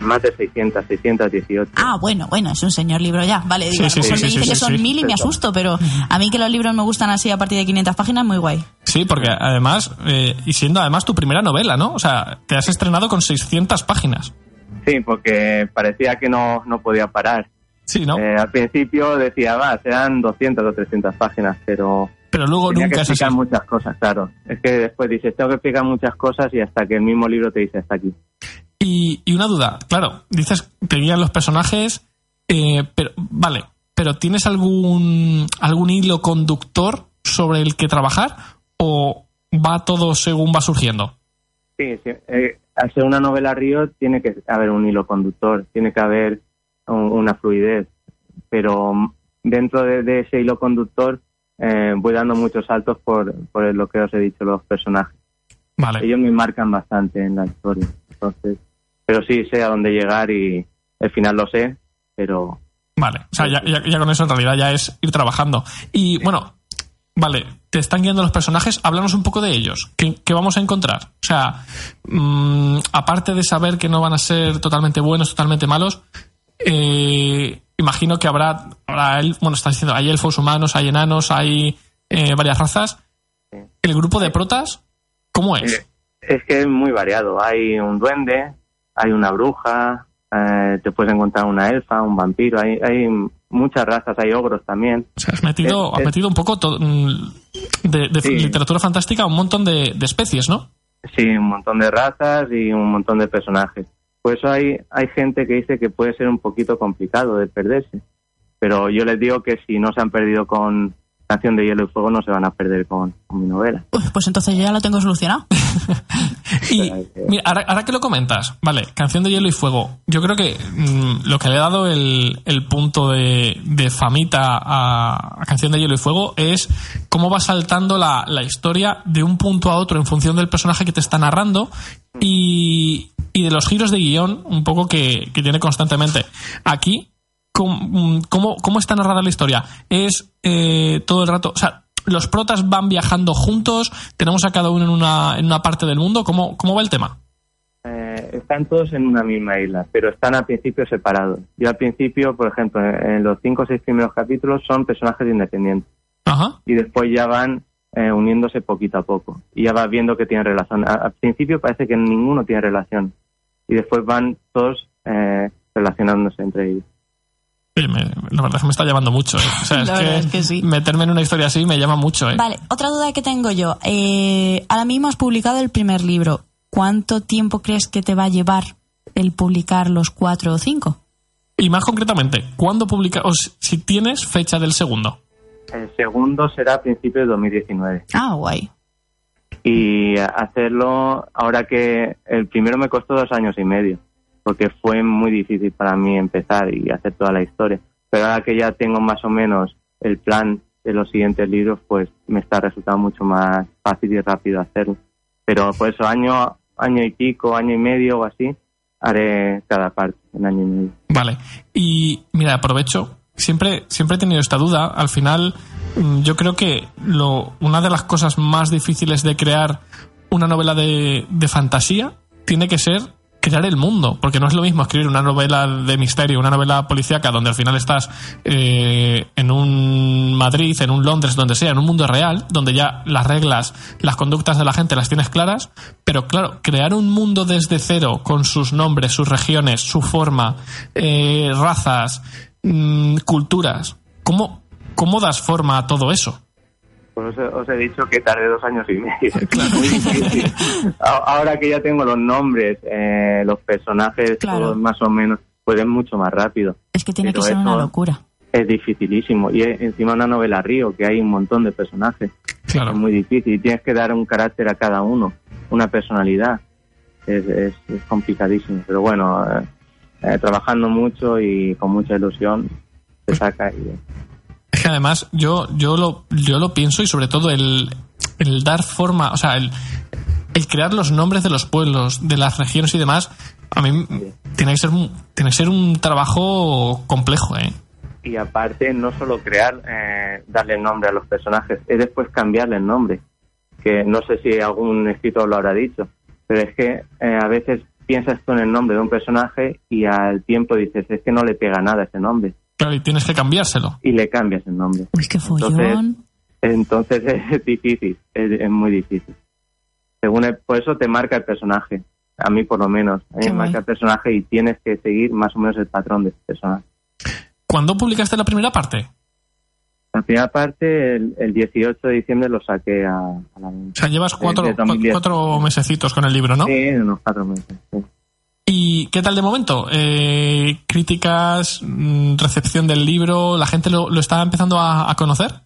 [SPEAKER 4] Más de 600, 618.
[SPEAKER 1] Ah, bueno, bueno, es un señor libro ya. Vale, digo,
[SPEAKER 2] Sí,
[SPEAKER 1] a lo
[SPEAKER 2] sí,
[SPEAKER 1] mejor
[SPEAKER 2] sí,
[SPEAKER 1] me
[SPEAKER 2] sí,
[SPEAKER 1] dice
[SPEAKER 2] sí,
[SPEAKER 1] que
[SPEAKER 2] sí,
[SPEAKER 1] son
[SPEAKER 2] sí.
[SPEAKER 1] mil y me asusto, pero a mí que los libros me gustan así a partir de 500 páginas, muy guay.
[SPEAKER 2] Sí, porque además, eh, y siendo además tu primera novela, ¿no? O sea, te has estrenado con 600 páginas.
[SPEAKER 4] Sí, porque parecía que no, no podía parar.
[SPEAKER 2] Sí, ¿no?
[SPEAKER 4] Eh, al principio decía, va, serán 200 o 300 páginas, pero
[SPEAKER 2] Pero luego
[SPEAKER 4] tenía que
[SPEAKER 2] nunca es así.
[SPEAKER 4] explicar muchas cosas, claro. Es que después dices, tengo que explicar muchas cosas y hasta que el mismo libro te dice hasta aquí.
[SPEAKER 2] Y, y una duda, claro, dices, te guían los personajes, eh, pero vale, pero ¿tienes algún, algún hilo conductor sobre el que trabajar o va todo según va surgiendo?
[SPEAKER 4] Sí, sí. Eh, al ser una novela río tiene que haber un hilo conductor, tiene que haber un- una fluidez, pero mm, dentro de, de ese hilo conductor eh, voy dando muchos saltos por, por lo que os he dicho los personajes.
[SPEAKER 2] Vale.
[SPEAKER 4] Ellos me marcan bastante en la historia, entonces, pero sí sé a dónde llegar y al final lo sé, pero
[SPEAKER 2] Vale, o sea, ya, ya- ya con eso en realidad ya es ir trabajando. Y bueno, vale, te están guiando los personajes, háblanos un poco de ellos. ¿Qué, qué vamos a encontrar? O sea, mm, aparte de saber que no van a ser totalmente buenos, totalmente malos, eh, imagino que habrá, habrá el- bueno, estás diciendo, hay elfos humanos, hay enanos, hay eh, varias razas.
[SPEAKER 4] Sí.
[SPEAKER 2] El grupo de protas, ¿cómo es?
[SPEAKER 4] Es que es muy variado. Hay un duende, hay una bruja, eh, te puedes encontrar una elfa, un vampiro, hay, hay muchas razas, hay ogros también.
[SPEAKER 2] O sea, has metido,
[SPEAKER 4] es-
[SPEAKER 2] has
[SPEAKER 4] es-
[SPEAKER 2] metido un poco to- mm, de, de
[SPEAKER 4] Sí.
[SPEAKER 2] literatura fantástica a un montón de, de especies, ¿no?
[SPEAKER 4] Sí, un montón de razas y un montón de personajes. Por eso hay, hay gente que dice que puede ser un poquito complicado de perderse. Pero yo les digo que si no se han perdido con Canción de Hielo y Fuego, no se van a perder con, con mi novela.
[SPEAKER 1] Uy, pues entonces yo ya lo tengo solucionado.
[SPEAKER 2] Y
[SPEAKER 4] Ay, qué-
[SPEAKER 2] mira, ahora, ahora que lo comentas, vale, canción de hielo y fuego. Yo creo que mm, lo que le ha dado el, el punto de, de famita a, a canción de hielo y fuego es cómo va saltando la, la historia de un punto a otro en función del personaje que te está narrando y, y de los giros de guión un poco que, que tiene constantemente. Aquí, ¿cómo, cómo, cómo está narrada la historia? Es eh, todo el rato. O sea, los protas van viajando juntos, tenemos a cada uno en una, en una parte del mundo. ¿Cómo, cómo va el tema?
[SPEAKER 4] Eh, están todos en una misma isla, pero están al principio separados. Yo al principio, por ejemplo, en, en los cinco o seis primeros capítulos son personajes independientes
[SPEAKER 2] Ajá.
[SPEAKER 4] y después ya van eh, uniéndose poquito a poco y ya vas viendo que tienen relación. A- al principio parece que ninguno tiene relación y después van todos eh, relacionándose entre ellos.
[SPEAKER 2] Oye, me- la verdad es que me está llamando mucho. ¿eh? O sea, es
[SPEAKER 1] La verdad
[SPEAKER 2] que
[SPEAKER 1] es que sí.
[SPEAKER 2] meterme en una historia así me llama mucho. ¿eh?
[SPEAKER 1] Vale, otra duda que tengo yo. Eh, ahora mismo has publicado el primer libro. ¿Cuánto tiempo crees que te va a llevar el publicar los cuatro o cinco?
[SPEAKER 2] Y más concretamente, ¿cuándo publica? O si- si tienes fecha del segundo.
[SPEAKER 4] El segundo será a principios de 2019
[SPEAKER 1] Ah, guay.
[SPEAKER 4] y hacerlo ahora que el primero me costó dos años y medio porque fue muy difícil para mí empezar y hacer toda la historia pero ahora que ya tengo más o menos el plan de los siguientes libros pues me está resultando mucho más fácil y rápido hacerlo pero por eso año año y pico año y medio o así haré cada parte en año y medio
[SPEAKER 2] Vale. Y mira, aprovecho. Siempre, siempre he tenido esta duda. Al final, mm, yo creo que lo, una de las cosas más difíciles de crear una novela de, de fantasía tiene que ser crear el mundo. Porque no es lo mismo escribir una novela de misterio, una novela policíaca, donde al final estás eh, en un Madrid, en un Londres, donde sea, en un mundo real, donde ya las reglas, las conductas de la gente las tienes claras. Pero claro, crear un mundo desde cero, con sus nombres, sus regiones, su forma, eh, razas, mm, culturas, ¿cómo, ¿cómo das forma a todo eso?
[SPEAKER 4] Por eso Pues os he dicho que tardé dos años y medio. Muy difícil. A- Ahora que ya tengo los nombres, eh, los personajes,
[SPEAKER 1] Claro.
[SPEAKER 4] todos más o menos, pues es mucho más rápido.
[SPEAKER 1] Es que tiene
[SPEAKER 4] Pero
[SPEAKER 1] que ser una
[SPEAKER 4] eso-
[SPEAKER 1] locura.
[SPEAKER 4] Es dificilísimo. Y es encima una novela río, que hay un montón de personajes.
[SPEAKER 2] Claro.
[SPEAKER 4] Es muy difícil. Y tienes que dar un carácter a cada uno, una personalidad. es, es, es complicadísimo. Pero bueno, eh, eh, trabajando mucho y con mucha ilusión se saca. Y,
[SPEAKER 2] Es que además yo, yo, lo, yo lo pienso y sobre todo el, el dar forma, o sea, el, el crear los nombres de los pueblos, de las regiones y demás, a mí tiene que ser, un- tiene que ser un trabajo complejo, ¿eh?
[SPEAKER 4] y aparte no solo crear, eh, darle nombre a los personajes, es después cambiarle el nombre, que no sé si algún escritor lo habrá dicho, pero es que eh, a veces piensas tú en el nombre de un personaje y al tiempo dices, es que no le pega nada ese nombre,
[SPEAKER 2] Claro, y tienes que cambiárselo.
[SPEAKER 4] y le cambias el nombre.
[SPEAKER 1] Uy, qué follón.
[SPEAKER 4] Entonces- Entonces es difícil, es, es muy difícil. Según el- por eso te marca el personaje, a mí por lo menos, a mí
[SPEAKER 1] Qué
[SPEAKER 4] me
[SPEAKER 1] guay.
[SPEAKER 4] marca el personaje y tienes que seguir más o menos el patrón de ese personaje.
[SPEAKER 2] ¿Cuándo publicaste la primera parte?
[SPEAKER 4] La primera parte, el, el 18 de diciembre, lo saqué a, a la
[SPEAKER 2] O sea, llevas cuatro,
[SPEAKER 4] de 2010.
[SPEAKER 2] cua- cuatro mesecitos con el libro, ¿no?
[SPEAKER 4] Sí, en unos cuatro meses. sí.
[SPEAKER 2] ¿Y qué tal de momento? Eh, ¿Críticas, mm, recepción del libro? ¿La gente lo, lo está empezando a, a conocer?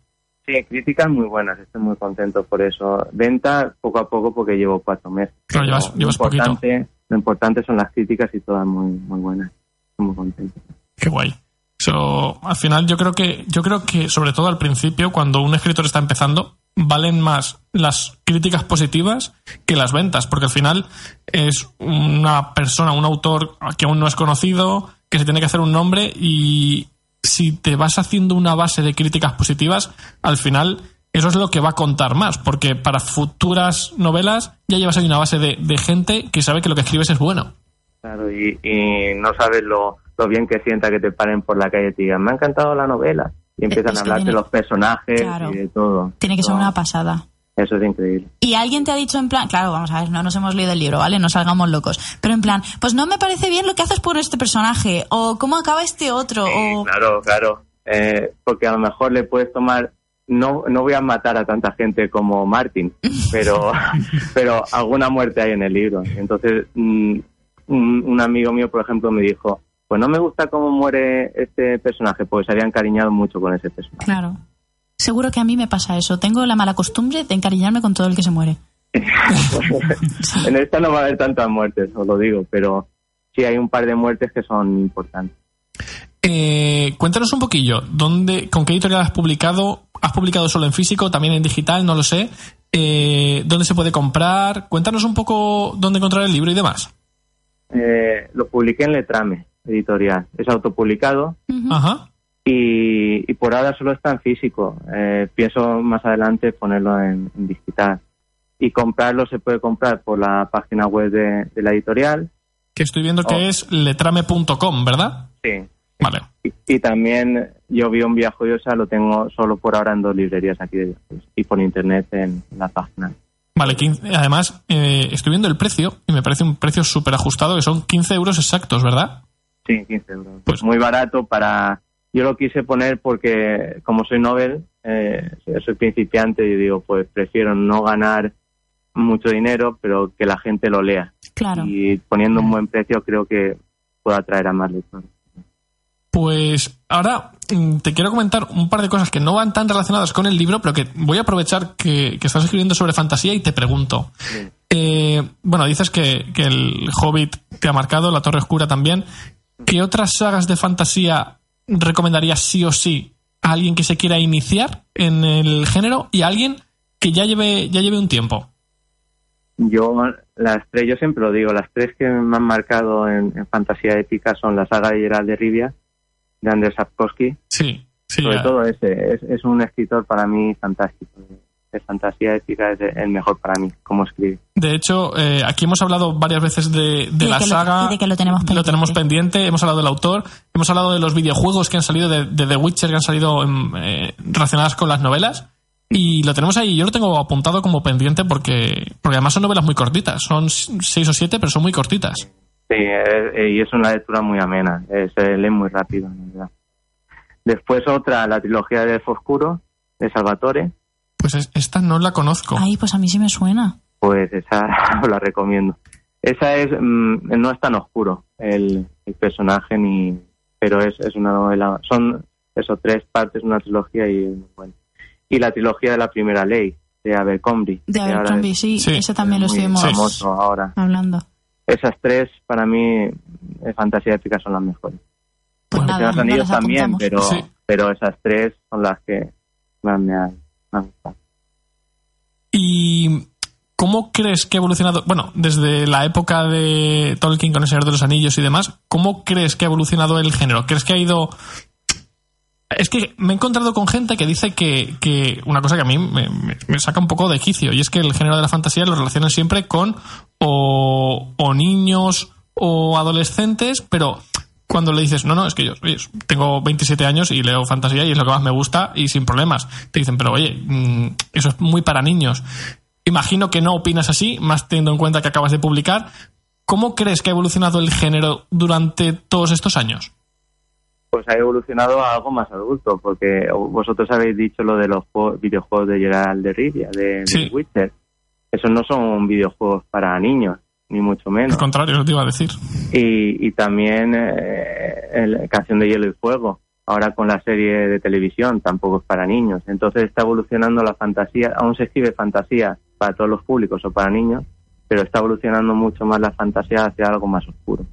[SPEAKER 4] Sí, críticas muy buenas, estoy muy contento por eso. Venta poco a poco porque llevo cuatro meses.
[SPEAKER 2] Claro, llevas-
[SPEAKER 4] Pero
[SPEAKER 2] llevas
[SPEAKER 4] lo, importante, lo importante son las críticas y todas muy, muy buenas. Estoy muy contento.
[SPEAKER 2] Qué guay. Eso, al final yo creo que, yo creo que, sobre todo al principio, cuando un escritor está empezando, valen más las críticas positivas que las ventas, porque al final es una persona, un autor que aún no es conocido, que se tiene que hacer un nombre y si te vas haciendo una base de críticas positivas, al final eso es lo que va a contar más, porque para futuras novelas ya llevas ahí una base de, de gente que sabe que lo que escribes es bueno.
[SPEAKER 4] Claro, y, y no sabes lo, lo bien que sienta que te paren por la calle y te digan, me ha encantado la novela. Y empiezan
[SPEAKER 1] Eh, es
[SPEAKER 4] a
[SPEAKER 1] que
[SPEAKER 4] hablar de
[SPEAKER 1] tiene-
[SPEAKER 4] los personajes
[SPEAKER 1] Claro.
[SPEAKER 4] y de todo.
[SPEAKER 1] Tiene que ser
[SPEAKER 4] No,
[SPEAKER 1] una pasada.
[SPEAKER 4] Eso es increíble.
[SPEAKER 1] Y alguien te ha dicho en plan, claro, vamos a ver, no nos hemos leído el libro, ¿vale? No salgamos locos. Pero en plan, pues no me parece bien lo que haces por este personaje, o cómo acaba este otro,
[SPEAKER 4] Sí,
[SPEAKER 1] o...
[SPEAKER 4] Claro, claro. Eh, porque a lo mejor le puedes tomar. No, no voy a matar a tanta gente como Martin, pero, pero alguna muerte hay en el libro. Entonces, mm, un, un amigo mío, por ejemplo, me dijo: Pues no me gusta cómo muere este personaje, porque se había encariñado mucho con ese personaje.
[SPEAKER 1] Claro. Seguro que a mí me pasa eso. Tengo la mala costumbre de encariñarme con todo el que se muere. Pues
[SPEAKER 4] En esta no va a haber tantas muertes, os lo digo, pero sí hay un par de muertes que son importantes.
[SPEAKER 2] Eh, cuéntanos un poquillo, ¿dónde, ¿con qué editorial has publicado? ¿Has publicado solo en físico, también en digital? No lo sé. Eh, ¿Dónde se puede comprar? Cuéntanos un poco dónde encontrar el libro y demás.
[SPEAKER 4] Eh, lo publiqué en Letrame, editorial. Es autopublicado,
[SPEAKER 1] Ujú.
[SPEAKER 2] Ajá.
[SPEAKER 4] y, y por ahora solo está en físico. Eh, pienso más adelante ponerlo en, en digital. Y comprarlo se puede comprar por la página web de, de la editorial.
[SPEAKER 2] Que estoy viendo que
[SPEAKER 4] Oh.
[SPEAKER 2] es letrame.com, ¿verdad?
[SPEAKER 4] Sí.
[SPEAKER 2] Vale.
[SPEAKER 4] Y, y también yo vi un Vía Joyosa, lo tengo solo por ahora en dos librerías aquí de Veracruz y por internet en, la página.
[SPEAKER 2] Vale, 15 además eh, estoy viendo el precio y me parece un precio súper ajustado que son 15 euros exactos, ¿verdad?
[SPEAKER 4] Sí, 15 euros.
[SPEAKER 2] Pues-
[SPEAKER 4] Muy barato para... Yo lo quise poner porque como soy novel, eh, soy principiante y digo, pues prefiero no ganar mucho dinero, pero que la gente lo lea.
[SPEAKER 1] Claro.
[SPEAKER 4] y poniendo un buen precio creo que pueda atraer a más lectores.
[SPEAKER 2] Pues ahora mm, te quiero comentar un par de cosas que no van tan relacionadas con el libro, pero que voy a aprovechar que, que estás escribiendo sobre fantasía y te pregunto.
[SPEAKER 4] Bien.
[SPEAKER 2] Eh, bueno, dices que, que el Hobbit te ha marcado, la Torre Oscura también. ¿Qué otras sagas de fantasía recomendarías sí o sí a alguien que se quiera iniciar en el género y a alguien que ya lleve, ya lleve un tiempo?
[SPEAKER 4] Yo las tres, yo siempre lo digo, las tres que me han marcado en, en fantasía épica son la saga de Gerald de Rivia, de Andrés Sapkowski,
[SPEAKER 2] Sí, sí.
[SPEAKER 4] sobre
[SPEAKER 2] ya.
[SPEAKER 4] todo ese, es, es un escritor para mí fantástico. De fantasía épica es el mejor para mí, como escribe.
[SPEAKER 2] De hecho, eh, aquí hemos hablado varias veces de, de
[SPEAKER 1] de
[SPEAKER 2] la
[SPEAKER 1] que lo-
[SPEAKER 2] saga.
[SPEAKER 1] y de que lo tenemos pendiente.
[SPEAKER 2] pendiente, Hemos hablado del autor. Hemos hablado de los videojuegos que han salido de, de The Witcher, que han salido em, eh, relacionadas con las novelas. Y lo tenemos ahí. Yo lo tengo apuntado como pendiente porque, porque además son novelas muy cortitas. Son s- seis o siete, pero son muy cortitas.
[SPEAKER 4] Sí, eh, eh, y es una lectura muy amena, eh, se lee muy rápido, en verdad. Después otra, la trilogía del Foscuro, de Salvatore,
[SPEAKER 2] Pues es- esta no la conozco.
[SPEAKER 1] Ay, pues a mí sí me suena.
[SPEAKER 4] Pues esa os la recomiendo. Esa es mm, no es tan oscuro el, el personaje ni pero es, es una novela son eso tres partes una trilogía y bueno. y la trilogía de la primera ley de Abercrombie
[SPEAKER 1] De
[SPEAKER 4] que ahora
[SPEAKER 1] Abercrombie,
[SPEAKER 4] es
[SPEAKER 1] sí,
[SPEAKER 2] Sí.
[SPEAKER 1] eso también lo
[SPEAKER 4] muy
[SPEAKER 1] estuvimos
[SPEAKER 2] Sí.
[SPEAKER 4] famoso ahora
[SPEAKER 1] hablando.
[SPEAKER 4] esas tres para mí de fantasía épica son las mejores.
[SPEAKER 1] Pues
[SPEAKER 4] Los
[SPEAKER 1] nada,
[SPEAKER 4] Señor de los
[SPEAKER 1] no
[SPEAKER 4] Anillos
[SPEAKER 1] las
[SPEAKER 4] también,
[SPEAKER 1] apuntamos.
[SPEAKER 4] pero,
[SPEAKER 2] Sí.
[SPEAKER 4] pero esas tres son las que más me han, me han gustado.
[SPEAKER 2] ¿Y cómo crees que ha evolucionado? Bueno, desde la época de Tolkien con El Señor de los Anillos y demás, ¿cómo crees que ha evolucionado el género? ¿Crees que ha ido.? Es que me he encontrado con gente que dice que, que una cosa que a mí me, me- me saca un poco de quicio, y es que el género de la fantasía lo relacionan siempre con o, o niños o adolescentes, pero cuando le dices, no, no, es que yo oye, tengo 27 años y leo fantasía y es lo que más me gusta y sin problemas, te dicen, pero oye, mm, eso es muy para niños. Imagino que no opinas así, más teniendo en cuenta que acabas de publicar. ¿Cómo crees que ha evolucionado el género durante todos estos años?
[SPEAKER 4] pues ha evolucionado a algo más adulto, porque vosotros habéis dicho lo de los juego- videojuegos de Gerald de Rivia, de
[SPEAKER 2] Sí.
[SPEAKER 4] de Witcher. Esos no son videojuegos para niños, ni mucho menos.
[SPEAKER 2] Al contrario, eso te iba a decir.
[SPEAKER 4] Y, y también eh, la Canción de Hielo y Fuego, ahora con la serie de televisión, tampoco es para niños. Entonces está evolucionando la fantasía, aún se escribe fantasía para todos los públicos o para niños, pero está evolucionando mucho más la fantasía hacia algo más oscuro.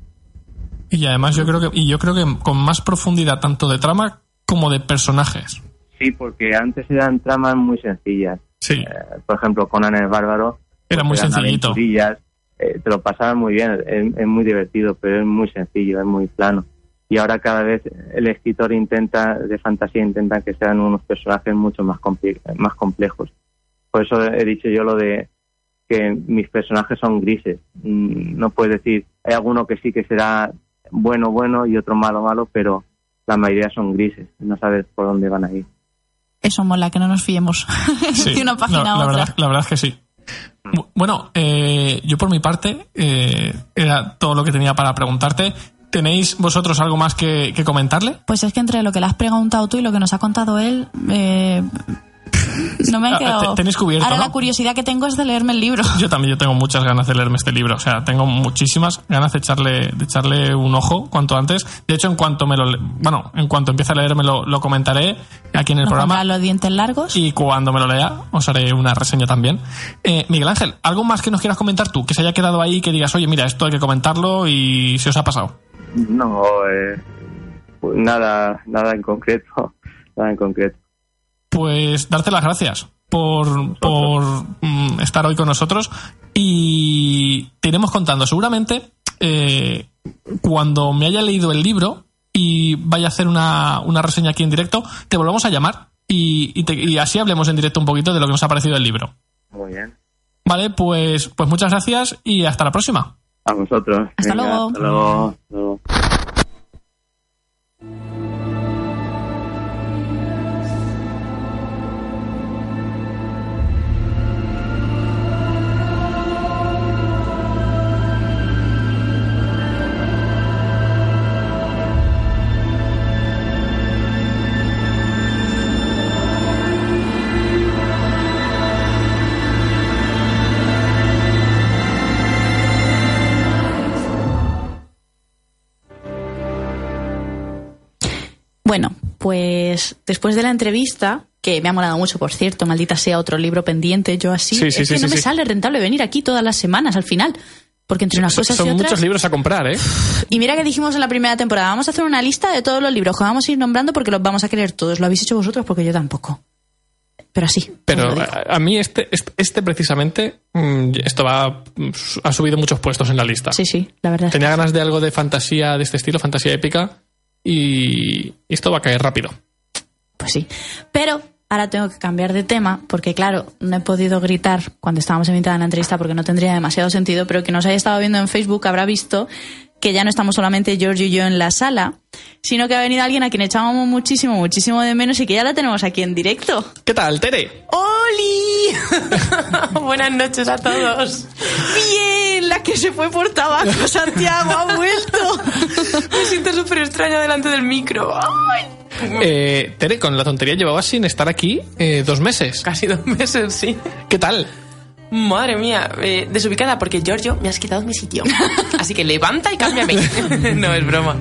[SPEAKER 2] Y además yo creo que, y yo creo que con más profundidad tanto de trama como de personajes.
[SPEAKER 4] Sí, porque antes eran tramas muy sencillas.
[SPEAKER 2] Sí.
[SPEAKER 4] por ejemplo, Conan el Bárbaro.
[SPEAKER 2] Era
[SPEAKER 4] pues,
[SPEAKER 2] muy
[SPEAKER 4] eran
[SPEAKER 2] sencillito.
[SPEAKER 4] aventurillas, eh, te lo pasaban muy bien, es, es muy divertido, pero es muy sencillo, es muy plano. Y ahora cada vez el escritor intenta, de fantasía, intenta que sean unos personajes mucho más, compli- más complejos. Por eso he dicho yo lo de que mis personajes son grises. Mm, No puedes decir, hay alguno que sí que será bueno, bueno y otro malo, malo, pero la mayoría son grises. No sabes por dónde van a ir.
[SPEAKER 1] Eso mola, que no nos fiemos
[SPEAKER 2] Sí,
[SPEAKER 1] de una página
[SPEAKER 2] la,
[SPEAKER 1] a
[SPEAKER 2] la
[SPEAKER 1] otra.
[SPEAKER 2] verdad, la verdad es que sí. Bu- Bueno, eh, yo por mi parte eh, era todo lo que tenía para preguntarte. ¿Tenéis vosotros algo más que, que comentarle?
[SPEAKER 1] Pues es que entre lo que le has preguntado tú y lo que nos ha contado él, eh, no me
[SPEAKER 2] Ah,
[SPEAKER 1] ha quedado.
[SPEAKER 2] te- tenéis cubierto,
[SPEAKER 1] Ahora
[SPEAKER 2] ¿no?
[SPEAKER 1] la curiosidad que tengo es de leerme el libro.
[SPEAKER 2] Yo también yo tengo muchas ganas de leerme este libro, o sea, tengo muchísimas ganas de echarle, de echarle un ojo cuanto antes. De hecho, en cuanto me lo, le- bueno, en cuanto empiece a leerme lo, lo comentaré aquí en el
[SPEAKER 1] Nos
[SPEAKER 2] programa
[SPEAKER 1] pondrá los dientes largos.
[SPEAKER 2] y cuando me lo lea os haré una reseña también. Eh, Miguel Ángel, algo más que nos quieras comentar tú, que se haya quedado ahí, que digas, oye, mira, esto hay que comentarlo y se os ha pasado.
[SPEAKER 4] No, eh, pues nada, nada en concreto, nada en concreto.
[SPEAKER 2] pues darte las gracias por, por mm, estar hoy con nosotros y te iremos contando. Seguramente eh, cuando me haya leído el libro y vaya a hacer una, una reseña aquí en directo, te volvamos a llamar y, y te- y así hablemos en directo un poquito de lo que nos ha parecido el libro.
[SPEAKER 4] Muy bien.
[SPEAKER 2] Vale, pues, pues muchas gracias y hasta la próxima.
[SPEAKER 4] A vosotros.
[SPEAKER 1] Hasta luego.
[SPEAKER 4] Hasta luego. Hasta luego.
[SPEAKER 1] Bueno, pues después de la entrevista, que me ha molado mucho, por cierto, maldita sea otro libro pendiente, yo así.
[SPEAKER 2] Sí, sí,
[SPEAKER 1] es
[SPEAKER 2] sí,
[SPEAKER 1] que no
[SPEAKER 2] sí,
[SPEAKER 1] me
[SPEAKER 2] sí.
[SPEAKER 1] sale rentable venir aquí todas las semanas al final. Porque entre unas cosas y otras.
[SPEAKER 2] libros a comprar, ¿eh?
[SPEAKER 1] Y mira que dijimos en la primera temporada, vamos a hacer una lista de todos los libros que vamos a ir nombrando porque los vamos a querer todos. Lo habéis hecho vosotros porque yo tampoco. Pero así. os
[SPEAKER 2] Pero
[SPEAKER 1] lo digo.
[SPEAKER 2] a, a mí este, este, este precisamente, mm, esto va, ha subido muchos puestos en la lista.
[SPEAKER 1] Sí, sí, la verdad. es que
[SPEAKER 2] Tenía ganas de algo de fantasía de este estilo, fantasía épica, y esto va a caer rápido.
[SPEAKER 1] Pues sí. Pero ahora tengo que cambiar de tema porque, claro, no he podido gritar cuando estábamos invitada en la entrevista porque no tendría demasiado sentido, pero quien nos haya estado viendo en Facebook habrá visto que ya no estamos solamente George y yo en la sala, sino que ha venido alguien a quien echábamos muchísimo, muchísimo de menos y que ya la tenemos aquí en directo.
[SPEAKER 2] ¿Qué tal, Tere?
[SPEAKER 5] ¡Oli! Buenas noches a todos.
[SPEAKER 1] Bien, la que se fue por tabaco, Santiago, ha vuelto.
[SPEAKER 5] Me siento súper extraña delante del micro. ¡Ay!
[SPEAKER 2] Eh, Tere, con la tontería llevabas sin estar aquí eh, dos meses.
[SPEAKER 5] Casi dos meses, sí.
[SPEAKER 2] ¿Qué tal?
[SPEAKER 5] Madre mía, eh, desubicada porque Giorgio me has quitado mi sitio. Así que levanta y cámbiame. no es broma.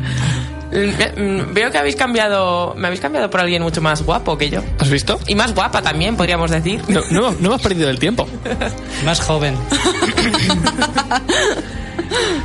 [SPEAKER 5] Mm, mm, Veo que habéis cambiado, me habéis cambiado por alguien mucho más guapo que yo.
[SPEAKER 2] ¿Has visto?
[SPEAKER 5] Y más guapa también, podríamos decir.
[SPEAKER 2] No, no, no hemos perdido el tiempo.
[SPEAKER 3] Más joven.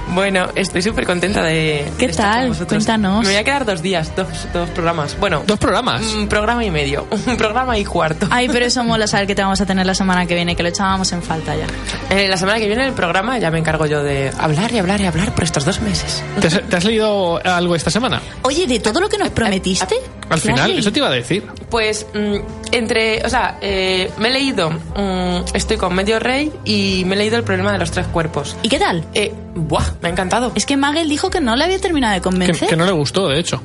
[SPEAKER 5] Bueno, estoy súper contenta de.
[SPEAKER 1] ¿Qué
[SPEAKER 5] de estar
[SPEAKER 1] tal?
[SPEAKER 5] con vosotros.
[SPEAKER 1] Cuéntanos.
[SPEAKER 5] Me voy a quedar dos días, dos, dos programas. Bueno,
[SPEAKER 2] Dos programas.
[SPEAKER 1] Mm.
[SPEAKER 5] un programa y medio, un programa y cuarto.
[SPEAKER 1] Ay, pero eso mola saber que te vamos a tener la semana que viene, que lo echábamos en falta ya.
[SPEAKER 5] Eh, la semana que viene el programa ya me encargo yo de hablar y hablar y hablar por estos dos meses.
[SPEAKER 2] ¿Te has, te has leído algo esta semana?
[SPEAKER 1] Oye, de todo lo que nos prometiste.
[SPEAKER 2] Al final,
[SPEAKER 1] Clary,
[SPEAKER 2] eso te iba a decir.
[SPEAKER 5] Pues mm, entre, o sea, eh, me he leído, mm, estoy con Medio Rey y me he leído el problema de los tres cuerpos.
[SPEAKER 1] ¿Y qué tal?
[SPEAKER 5] Eh, buah, me ha encantado.
[SPEAKER 1] Es que Magel dijo que no le había terminado de
[SPEAKER 2] Que,
[SPEAKER 1] convencer.
[SPEAKER 2] que no le gustó, de hecho.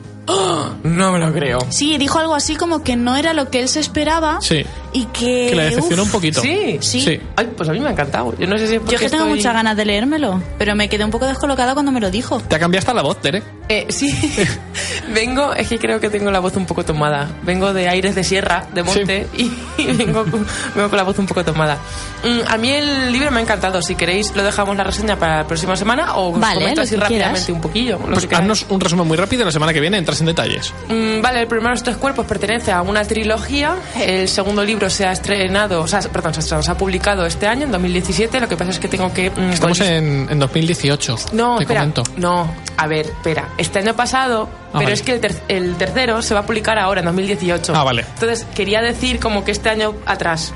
[SPEAKER 5] No me lo creo.
[SPEAKER 1] Sí, dijo algo así como que no era lo que él se esperaba.
[SPEAKER 2] Sí.
[SPEAKER 1] Y que.
[SPEAKER 2] Que le decepcionó
[SPEAKER 1] uf,
[SPEAKER 2] un poquito.
[SPEAKER 5] Eh,
[SPEAKER 1] Sí.
[SPEAKER 5] Sí.
[SPEAKER 2] Sí.
[SPEAKER 5] Ay, pues a mí me ha encantado. Yo no sé si es
[SPEAKER 1] Yo es que tengo muchas ganas de leérmelo, pero me quedé un poco descolocada cuando me lo dijo.
[SPEAKER 2] Te ha cambiado hasta la voz, Tere.
[SPEAKER 5] Eh, sí, vengo, es que creo que tengo la voz un poco tomada. Vengo de aires de sierra, de monte, y, y vengo, con- vengo con la voz un poco tomada. Mm, a mí el libro me ha encantado. Si queréis, lo dejamos la reseña para la próxima semana o os
[SPEAKER 1] Vale,
[SPEAKER 5] comento
[SPEAKER 1] lo
[SPEAKER 5] así
[SPEAKER 1] que
[SPEAKER 5] rápidamente
[SPEAKER 1] quieras.
[SPEAKER 5] un poquillo. lo
[SPEAKER 2] Pues
[SPEAKER 5] que queráis.
[SPEAKER 2] haznos un resumen muy rápido y la semana que viene entras en detalles.
[SPEAKER 5] Mm, Vale, el primero de los tres cuerpos pertenece a una trilogía. El segundo libro se ha estrenado, o sea, perdón, se ha, estrenado, se ha publicado este año, en 2017. Lo que pasa es que tengo que. mm,
[SPEAKER 2] Estamos
[SPEAKER 5] pues,
[SPEAKER 2] en, en 2018.
[SPEAKER 5] No,
[SPEAKER 2] te
[SPEAKER 5] espera.
[SPEAKER 2] comento. Ah,
[SPEAKER 5] No, a ver, espera. Este año pasado, pero
[SPEAKER 2] vale.
[SPEAKER 5] es que el, ter- el tercero se va a publicar ahora, en 2018.
[SPEAKER 2] Ah, vale.
[SPEAKER 5] Entonces, quería decir como que este año atrás.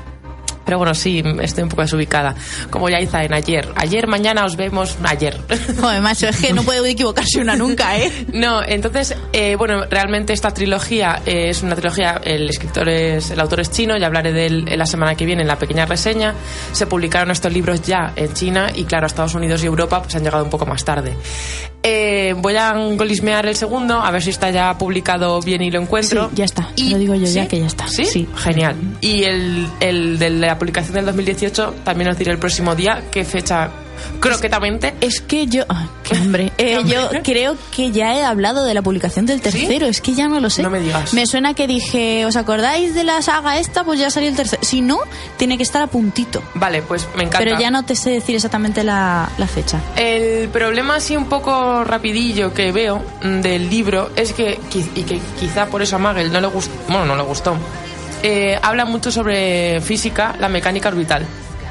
[SPEAKER 5] Pero bueno, sí, estoy un poco desubicada. Como ya hice en ayer. Ayer, mañana os vemos ayer.
[SPEAKER 1] Joder, macho, es que no puede equivocarse una nunca, ¿eh?
[SPEAKER 5] No, entonces, eh, bueno, realmente esta trilogía eh, es una trilogía, el escritor es, el autor es chino, ya hablaré de él eh, la semana que viene en la pequeña reseña. Se publicaron estos libros ya en China y claro, a Estados Unidos y Europa pues han llegado un poco más tarde. Eh, voy a golismear el segundo, a ver si está ya publicado bien y lo encuentro.
[SPEAKER 1] Sí, ya está. Lo digo yo ya que ya está.
[SPEAKER 5] ¿Sí?
[SPEAKER 1] Sí.
[SPEAKER 5] Genial. Y el, el de la publicación del 2018 también os diré el próximo día qué fecha croquetamente.
[SPEAKER 1] Es que yo. ah, ¡Qué hombre! Eh, yo creo que ya he hablado de la publicación del tercero, es que ya no lo sé.
[SPEAKER 5] No me digas.
[SPEAKER 1] Me suena que dije, ¿os acordáis de la saga esta? Pues ya salió el tercero. Si no, tiene que estar a puntito.
[SPEAKER 5] Vale, pues me encanta.
[SPEAKER 1] Pero ya no te sé decir exactamente la, la fecha.
[SPEAKER 5] El problema así un poco rapidillo que veo mm, del libro es que, qui- y que quizá por eso a Magel no le gustó, bueno, no le gustó, eh, habla mucho sobre física, la mecánica orbital.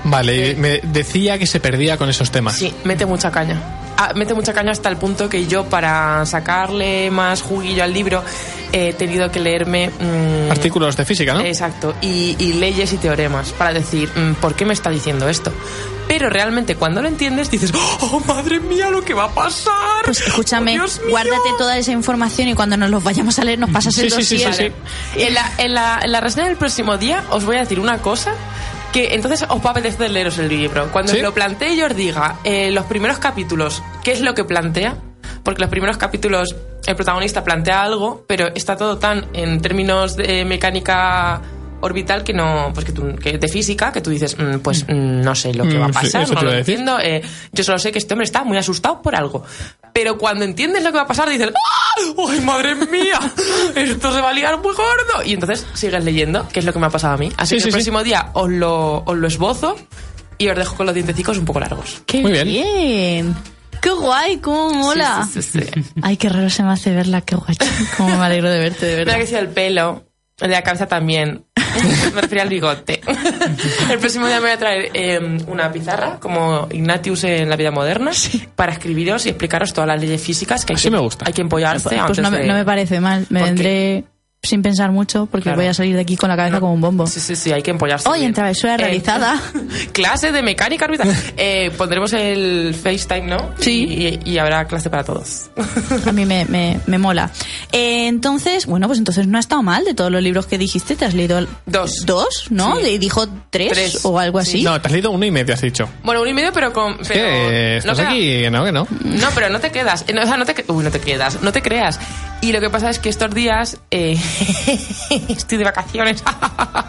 [SPEAKER 2] Vale, y me decía que se perdía con esos temas.
[SPEAKER 5] Eh. Sí, mete mucha caña. Ah, mete mucha caña hasta el punto que yo para sacarle más juguillo al libro he tenido que leerme... mm,
[SPEAKER 2] Artículos de física, ¿no?
[SPEAKER 5] Exacto, y, y leyes y teoremas para decir, mm, ¿por qué me está diciendo esto? Pero realmente cuando lo entiendes dices, ¡oh, madre mía, lo que va a pasar! Oh,
[SPEAKER 1] Pues escúchame,
[SPEAKER 5] ¡Dios mío!
[SPEAKER 1] guárdate toda esa información y cuando nos los vayamos a leer nos pasas el
[SPEAKER 2] Sí, sí, sí,
[SPEAKER 1] dossier.
[SPEAKER 2] sí, sí.
[SPEAKER 5] En la, en, la, en la reseña del próximo día os voy a decir una cosa que entonces os va a apetecer leeros el libro. Cuando
[SPEAKER 2] ¿Sí?
[SPEAKER 5] os lo plantee y os diga eh, los primeros capítulos, ¿qué es lo que plantea? Porque los primeros capítulos el protagonista plantea algo, pero está todo tan en términos de mecánica orbital que no pues que, tú- que de física que tú dices mm, pues mm, no sé lo que va a
[SPEAKER 2] Mm, sí,
[SPEAKER 5] pasar
[SPEAKER 2] eso
[SPEAKER 5] no
[SPEAKER 2] te
[SPEAKER 5] lo
[SPEAKER 2] iba a decir.
[SPEAKER 5] entiendo eh, yo solo sé que este hombre está muy asustado por algo pero cuando entiendes lo que va a pasar dices ¡Ah! ¡ay madre mía! esto se va a liar muy gordo y entonces sigues leyendo que es lo que me ha pasado a mí así
[SPEAKER 2] Sí,
[SPEAKER 5] que
[SPEAKER 2] sí, sí.
[SPEAKER 5] el próximo día os lo, os lo esbozo y os dejo con los dientecicos un poco largos
[SPEAKER 1] ¡Qué
[SPEAKER 2] Muy bien.
[SPEAKER 1] ¡Qué guay! ¡Cómo mola!
[SPEAKER 5] Sí, sí, sí, sí.
[SPEAKER 1] Ay, qué raro se me hace verla, qué guay. Cómo me alegro de verte, de
[SPEAKER 5] Me ha
[SPEAKER 1] verdad.
[SPEAKER 5] crecido el pelo, el de la cabeza también. Me refería al bigote. El próximo día me voy a traer eh, una pizarra, como Ignatius en la vida moderna, para escribiros y explicaros todas las leyes físicas que hay,
[SPEAKER 2] Así
[SPEAKER 5] que,
[SPEAKER 2] me gusta.
[SPEAKER 5] hay que empollarse.
[SPEAKER 1] Pues
[SPEAKER 5] antes
[SPEAKER 1] no me,
[SPEAKER 5] de-
[SPEAKER 1] no me parece mal. Me
[SPEAKER 5] ¿Por qué?
[SPEAKER 1] vendré sin pensar mucho porque
[SPEAKER 5] Claro.
[SPEAKER 1] voy a salir de aquí con la cabeza como un bombo.
[SPEAKER 5] Sí, sí, sí, hay que empollarse.
[SPEAKER 1] Hoy en
[SPEAKER 5] bien.
[SPEAKER 1] travesura
[SPEAKER 5] Eh,
[SPEAKER 1] realizada.
[SPEAKER 5] clase de mecánica orbital. Eh, pondremos el FaceTime, ¿no?
[SPEAKER 1] Sí.
[SPEAKER 5] Y, y habrá clase para todos.
[SPEAKER 1] A mí me, me- me mola. Eh, entonces, bueno, pues entonces no ha estado mal de todos los libros que dijiste. Te has leído el-
[SPEAKER 5] Dos.
[SPEAKER 1] dos, ¿no?
[SPEAKER 5] Sí.
[SPEAKER 1] Y dijo tres,
[SPEAKER 5] Tres,
[SPEAKER 1] o algo así.
[SPEAKER 5] sí.
[SPEAKER 2] No, te has leído uno y medio, has dicho.
[SPEAKER 5] Bueno, un y medio, pero con. pero
[SPEAKER 2] que estás
[SPEAKER 5] queda-
[SPEAKER 2] aquí, no, que no.
[SPEAKER 5] No, pero no te quedas. Eh, No, o sea, no te, que- uy, no te quedas. No te creas. Y lo que pasa es que estos días eh, estoy de vacaciones.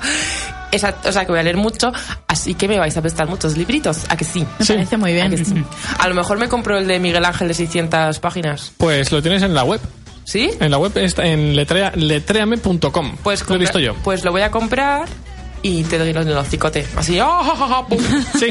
[SPEAKER 5] Esa- o sea, que voy a leer mucho. Así que me vais a prestar muchos libritos. ¿A que sí?
[SPEAKER 1] Me parece muy
[SPEAKER 5] ¿A,
[SPEAKER 1] bien.
[SPEAKER 5] que sí? A lo mejor me compro el de Miguel Ángel de 600 páginas.
[SPEAKER 2] Pues lo tienes en la web.
[SPEAKER 5] ¿Sí?
[SPEAKER 2] En la web está en letrea, letreame.com.
[SPEAKER 5] Pues
[SPEAKER 2] lo he
[SPEAKER 5] compra-
[SPEAKER 2] visto yo.
[SPEAKER 5] Pues lo voy a comprar. y te doy los en el hocicote. Así, ¡oh, ja, ja, ja, pum!
[SPEAKER 2] Sí.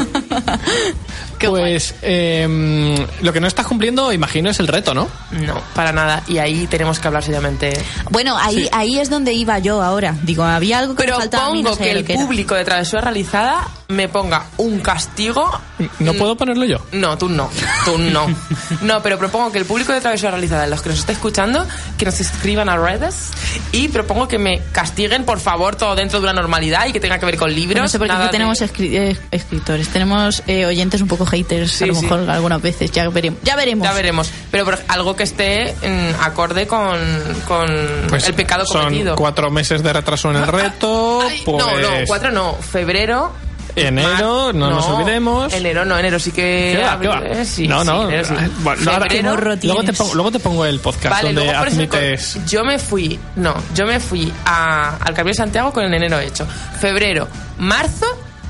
[SPEAKER 1] Qué guay.
[SPEAKER 2] pues eh, lo que no estás cumpliendo, imagino, es el reto, ¿no?
[SPEAKER 5] No, para nada. Y ahí tenemos que hablar seriamente.
[SPEAKER 1] Bueno, ahí, ahí es donde iba yo ahora. Digo, había algo que me faltaba a mí, no
[SPEAKER 5] Propongo
[SPEAKER 1] sabía lo
[SPEAKER 5] que el
[SPEAKER 1] era.
[SPEAKER 5] público de Travesura Realizada me ponga un castigo. Mm.
[SPEAKER 2] No puedo ponerlo yo.
[SPEAKER 5] No, tú no, tú no. No, pero propongo que el público de Travesura Realizada, los que nos esté escuchando, que nos escriban a redes y propongo que me castiguen, por favor, todo dentro de una normalidad y que tenga que ver con libros.
[SPEAKER 1] No sé por qué
[SPEAKER 5] nada
[SPEAKER 1] no
[SPEAKER 5] de-
[SPEAKER 1] tenemos escri- eh, escritores, tenemos eh, oyentes un poco haters,
[SPEAKER 5] Sí,
[SPEAKER 1] a lo
[SPEAKER 5] sí.
[SPEAKER 1] mejor algunas veces, ya veremos. Ya veremos.
[SPEAKER 5] Ya veremos. Pero por- algo que esté mm, acorde con, con
[SPEAKER 2] Pues
[SPEAKER 5] el pecado
[SPEAKER 2] son
[SPEAKER 5] cometido.
[SPEAKER 2] cuatro meses de retraso en el reto.
[SPEAKER 5] Ay,
[SPEAKER 2] pues,
[SPEAKER 5] No, no, cuatro no. Febrero.
[SPEAKER 2] Enero,
[SPEAKER 5] mar-
[SPEAKER 2] no nos olvidemos.
[SPEAKER 5] Enero no, enero sí que.
[SPEAKER 2] ¿Qué va? ¿Qué va?
[SPEAKER 5] eh, sí,
[SPEAKER 2] no,
[SPEAKER 5] sí,
[SPEAKER 2] no.
[SPEAKER 5] enero sí.
[SPEAKER 2] ah, bueno, ahora-
[SPEAKER 1] Qué
[SPEAKER 5] Febrero-
[SPEAKER 1] morro
[SPEAKER 2] luego, te
[SPEAKER 1] tienes.
[SPEAKER 2] pongo, luego te pongo el podcast
[SPEAKER 5] Vale,
[SPEAKER 2] donde
[SPEAKER 5] luego por eso
[SPEAKER 2] admites.
[SPEAKER 5] con- yo me fui, no, yo me fui a, al Camino de Santiago con el enero hecho. Febrero, marzo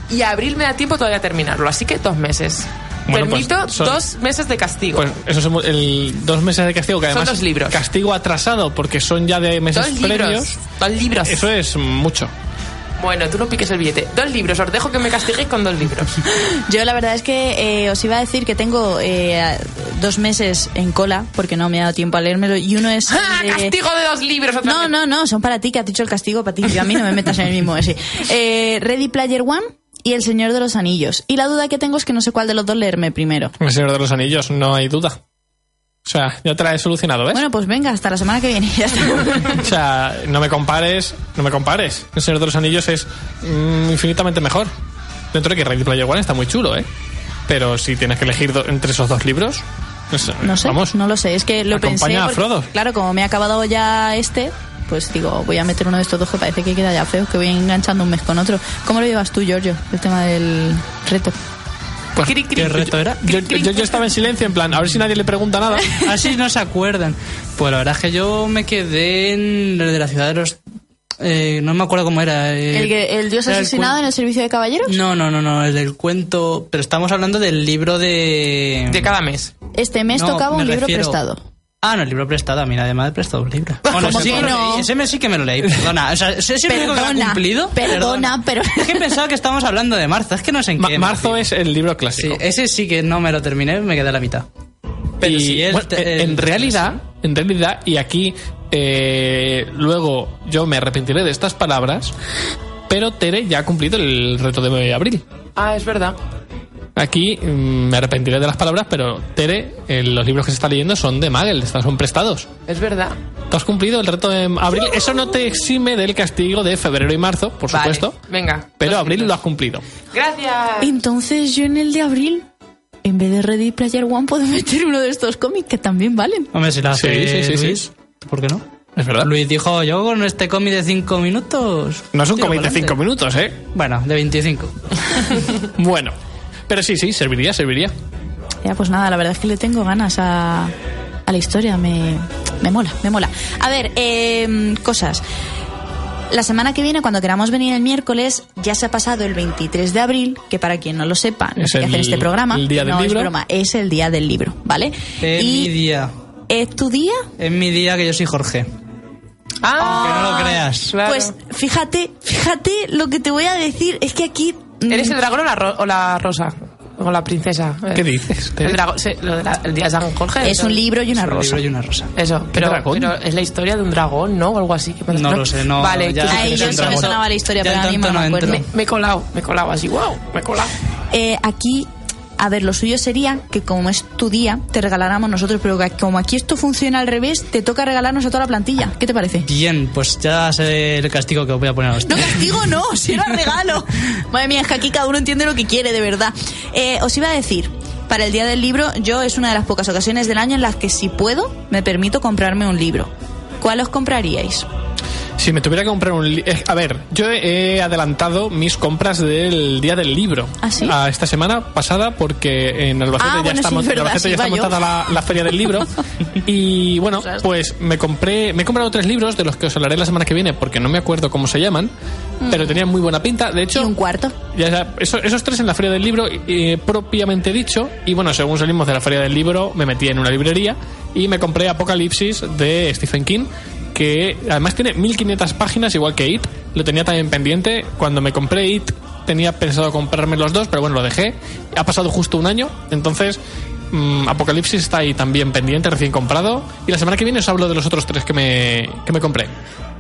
[SPEAKER 5] y abril me da tiempo todavía a terminarlo, así que dos meses.
[SPEAKER 2] Bueno, pues,
[SPEAKER 5] Permito
[SPEAKER 2] son-
[SPEAKER 5] dos meses de castigo.
[SPEAKER 2] Pues eso son el dos meses de castigo que
[SPEAKER 5] Son
[SPEAKER 2] además
[SPEAKER 5] dos libros.
[SPEAKER 2] castigo atrasado porque son ya de meses
[SPEAKER 5] dos libros.
[SPEAKER 2] previos.
[SPEAKER 5] Dos libros.
[SPEAKER 2] Eso es mucho.
[SPEAKER 5] Bueno, tú no piques el billete. Dos libros, os dejo que me castiguéis con dos libros.
[SPEAKER 1] Yo la verdad es que eh, os iba a decir que tengo eh, dos meses en cola, porque no me ha dado tiempo a leérmelo, y uno es...
[SPEAKER 5] ¡Ah,
[SPEAKER 1] el de-
[SPEAKER 5] castigo de dos libros otra
[SPEAKER 1] No,
[SPEAKER 5] vez!
[SPEAKER 1] no, no, son para ti, que has dicho el castigo para ti. Yo a mí no me metas en el mismo ese. Eh, Ready Player One y El Señor de los Anillos. Y la duda que tengo es que no sé cuál de los dos leerme primero.
[SPEAKER 2] El Señor de los Anillos, no hay duda. O sea, ya te la he solucionado, ¿ves?
[SPEAKER 1] Bueno, pues venga, hasta la semana que viene. Ya está.
[SPEAKER 2] O sea, no me compares, no me compares. El Señor de los Anillos es mm, infinitamente mejor. Dentro de que Ready Player One está muy chulo, ¿eh? Pero si tienes que elegir do- entre esos dos libros, pues,
[SPEAKER 1] No sé,
[SPEAKER 2] vamos.
[SPEAKER 1] no lo sé. Es que lo pensé.
[SPEAKER 2] Acompaña a
[SPEAKER 1] porque,
[SPEAKER 2] Frodo.
[SPEAKER 1] Claro, como me ha acabado ya este, pues digo, voy a meter uno de estos dos que parece que queda ya feo, que voy enganchando un mes con otro. ¿Cómo lo llevas tú, Giorgio, el tema del reto?
[SPEAKER 2] Pues,
[SPEAKER 5] Cri, cri.
[SPEAKER 2] ¿qué reto era? Yo, yo- yo estaba en silencio, en plan, a ver si nadie le pregunta nada.
[SPEAKER 3] Así no se acuerdan. Pues la verdad es que yo me quedé en el de la ciudad de los... eh, no me acuerdo cómo era. eh,
[SPEAKER 1] ¿El, que- el dios
[SPEAKER 3] era el
[SPEAKER 1] asesinado en el servicio de caballeros?
[SPEAKER 3] cuen- No, no, no, no, el del cuento... Pero estamos hablando del libro de...
[SPEAKER 5] De cada mes.
[SPEAKER 1] Este mes
[SPEAKER 3] No,
[SPEAKER 1] tocaba
[SPEAKER 3] me
[SPEAKER 1] un libro
[SPEAKER 3] refiero-
[SPEAKER 1] prestado.
[SPEAKER 3] Ah, no, el libro prestado. A mí nadie me ha prestado un libro. Bueno,
[SPEAKER 1] ¿Cómo
[SPEAKER 3] sí,
[SPEAKER 1] que
[SPEAKER 3] me lo
[SPEAKER 1] no?
[SPEAKER 3] leí. ese mes sí que me lo leí. Perdona. O sea, ese es el único que lo ha
[SPEAKER 1] Perdona,
[SPEAKER 3] cumplido.
[SPEAKER 1] perdona, pero-
[SPEAKER 3] Es que pensaba que estábamos hablando de marzo. Es que no sé en
[SPEAKER 2] Ma-
[SPEAKER 3] qué.
[SPEAKER 2] marzo es el libro
[SPEAKER 3] Sí,
[SPEAKER 2] clásico.
[SPEAKER 3] ese sí que no me lo terminé, me quedé a la mitad. Pero
[SPEAKER 2] Y,
[SPEAKER 3] sí, el-
[SPEAKER 2] bueno, en-
[SPEAKER 3] el-
[SPEAKER 2] en realidad, en realidad, y aquí eh, luego yo me arrepentiré de estas palabras, pero Tere ya ha cumplido el reto de abril.
[SPEAKER 5] Ah, es verdad.
[SPEAKER 2] Aquí mm, me arrepentiré de las palabras, pero Tere, eh, los libros que se está leyendo son de Magel, están- son prestados.
[SPEAKER 5] Es verdad.
[SPEAKER 2] Tú has cumplido el reto de abril. Eso no te exime del castigo de febrero y marzo, por
[SPEAKER 5] Vale,
[SPEAKER 2] supuesto.
[SPEAKER 5] venga.
[SPEAKER 2] Pero
[SPEAKER 5] Dos
[SPEAKER 2] abril
[SPEAKER 5] minutos.
[SPEAKER 2] lo has cumplido.
[SPEAKER 5] Gracias.
[SPEAKER 1] Entonces yo en el de abril, en vez de Ready Player One, puedo meter uno de estos cómics que también valen.
[SPEAKER 3] Hombre, si lo hace
[SPEAKER 2] Sí, sí, sí, sí.
[SPEAKER 3] Ah, Luis, ¿por qué no?
[SPEAKER 2] Es verdad.
[SPEAKER 3] Luis dijo, yo con este cómic de 5 minutos...
[SPEAKER 2] No es un
[SPEAKER 3] tiro
[SPEAKER 2] cómic de
[SPEAKER 3] pa'lante".
[SPEAKER 2] 5 minutos, ¿eh?
[SPEAKER 3] Bueno, de 25.
[SPEAKER 2] Bueno. Pero sí, sí, serviría, serviría.
[SPEAKER 1] Ya, pues nada, la verdad es que le tengo ganas a, a la historia, me, me mola, me mola. A ver, eh, cosas. La semana que viene, cuando queramos venir el miércoles, ya se ha pasado el 23 de abril, que para quien no lo sepa, no
[SPEAKER 2] Es
[SPEAKER 1] sé qué
[SPEAKER 2] el-
[SPEAKER 1] hacer este programa.
[SPEAKER 2] el día del
[SPEAKER 1] no
[SPEAKER 2] libro.
[SPEAKER 1] es broma, es el día del libro, ¿vale?
[SPEAKER 3] Es mi
[SPEAKER 1] y
[SPEAKER 3] día.
[SPEAKER 1] es tu día,
[SPEAKER 3] Es mi día que yo soy Jorge.
[SPEAKER 5] Ah,
[SPEAKER 3] Que no lo creas.
[SPEAKER 5] claro.
[SPEAKER 1] pues fíjate, fíjate lo que te voy a decir, es que aquí... mm,
[SPEAKER 5] ¿Eres el dragón o la, ro- o la rosa? O la princesa.
[SPEAKER 2] ¿Qué dices?
[SPEAKER 5] El, dragón, sí, lo de la- el día de San Jorge.
[SPEAKER 1] es un libro y una
[SPEAKER 3] Es un
[SPEAKER 1] rosa.
[SPEAKER 3] libro y una rosa.
[SPEAKER 5] Eso, pero,
[SPEAKER 2] dragón?
[SPEAKER 5] pero es la historia de un dragón, ¿no? O algo así. que me-
[SPEAKER 3] No lo sé, no,
[SPEAKER 5] Vale,
[SPEAKER 3] ya-
[SPEAKER 5] que-
[SPEAKER 1] Ay, yo
[SPEAKER 3] Eres
[SPEAKER 1] eso
[SPEAKER 3] el
[SPEAKER 1] me
[SPEAKER 3] dragón.
[SPEAKER 1] sonaba la historia,
[SPEAKER 3] Ya
[SPEAKER 1] pero a mí
[SPEAKER 3] tanto
[SPEAKER 1] no me
[SPEAKER 3] no
[SPEAKER 1] acuerdo.
[SPEAKER 3] entro.
[SPEAKER 5] me he colado, me he colado así, wow, me he colado.
[SPEAKER 1] Eh, aquí, a ver, lo suyo sería que como es tu día, te regaláramos nosotros, pero que como aquí esto funciona al revés, te toca regalarnos a toda la plantilla. ¿Qué te parece?
[SPEAKER 3] Bien, pues ya sé el castigo que os voy a poner a
[SPEAKER 1] No
[SPEAKER 3] usted.
[SPEAKER 1] castigo, no, si era regalo. Madre mía, es que aquí cada uno entiende lo que quiere, de verdad. Eh, os iba a decir, para el Día del Libro, yo es una de las pocas ocasiones del año en las que si puedo, me permito comprarme un libro. ¿Cuál os compraríais?
[SPEAKER 2] Si me tuviera que comprar un li- eh, A ver, yo he adelantado mis compras del día del libro.
[SPEAKER 1] ¿Ah, sí?
[SPEAKER 2] A esta semana pasada, porque en Albacete
[SPEAKER 1] Ah,
[SPEAKER 2] ya
[SPEAKER 1] bueno,
[SPEAKER 2] está,
[SPEAKER 1] sí,
[SPEAKER 2] mont- en
[SPEAKER 1] verdad,
[SPEAKER 2] Albacete
[SPEAKER 1] sí,
[SPEAKER 2] ya está
[SPEAKER 1] iba yo.
[SPEAKER 2] montada la, la feria del libro. y bueno, pues me compré. Me he comprado tres libros de los que os hablaré la semana que viene, porque no me acuerdo cómo se llaman, pero tenían muy buena pinta. De
[SPEAKER 1] Mm. ¿Y
[SPEAKER 2] hecho.
[SPEAKER 1] un cuarto?
[SPEAKER 2] Ya, ya, eso- esos tres en la Feria del Libro, eh, propiamente dicho. Y bueno, según salimos de la Feria del Libro, me metí en una librería y me compré Apocalipsis de Stephen King, que además tiene 1500 páginas, igual que It. Lo tenía también pendiente. Cuando me compré It, tenía pensado comprarme los dos, pero bueno, lo dejé. Ha pasado justo un año, entonces mm, Apocalipsis está ahí también pendiente, recién comprado. Y la semana que viene os hablo de los otros tres que me, que me compré.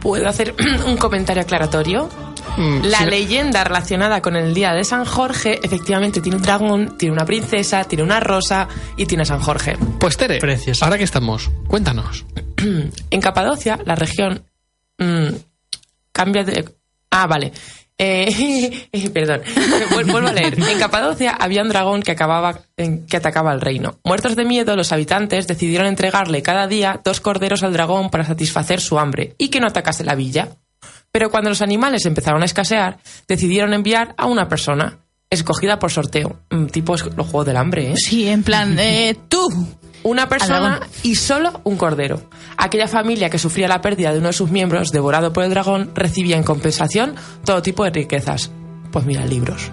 [SPEAKER 5] ¿Puedo hacer un comentario aclaratorio?
[SPEAKER 2] Mm,
[SPEAKER 5] La
[SPEAKER 2] si-
[SPEAKER 5] leyenda relacionada con el día de San Jorge efectivamente tiene un dragón, tiene una princesa, tiene una rosa y tiene a San Jorge.
[SPEAKER 2] Pues Tere,
[SPEAKER 3] Precioso.
[SPEAKER 2] ahora que estamos, cuéntanos.
[SPEAKER 5] En Capadocia, la región mm, cambia de... Ah, vale. Eh, perdón. Vuel- Vuelvo a leer. En Capadocia había un dragón que, acababa, en- que atacaba al reino. Muertos de miedo, los habitantes decidieron entregarle cada día dos corderos al dragón para satisfacer su hambre y que no atacase la villa. Pero cuando los animales empezaron a escasear, decidieron enviar a una persona, escogida por sorteo. Mm, tipo es- los juegos del hambre, ¿eh?
[SPEAKER 1] Sí, en plan, eh, tú.
[SPEAKER 5] Una
[SPEAKER 1] Al
[SPEAKER 5] persona
[SPEAKER 1] dragón.
[SPEAKER 5] y solo un cordero. Aquella familia que sufría la pérdida de uno de sus miembros, devorado por el dragón, recibía en compensación todo tipo de riquezas. Pues mira, libros.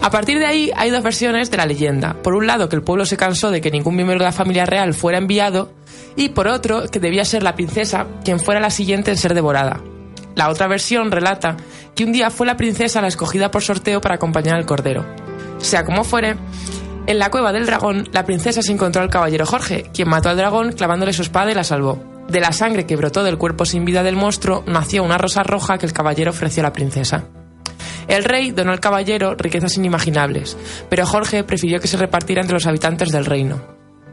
[SPEAKER 5] A partir de ahí hay dos versiones de la leyenda. Por un lado, que el pueblo se cansó de que ningún miembro de la familia real fuera enviado, y por otro, que debía ser la princesa quien fuera la siguiente en ser devorada. La otra versión relata que un día fue la princesa la escogida por sorteo para acompañar al cordero. Sea como fuere, en la cueva del dragón, la princesa se encontró al caballero Jorge, quien mató al dragón clavándole su espada y la salvó. De la sangre que brotó del cuerpo sin vida del monstruo, nació una rosa roja que el caballero ofreció a la princesa. El rey donó al caballero riquezas inimaginables, pero Jorge prefirió que se repartiera entre los habitantes del reino.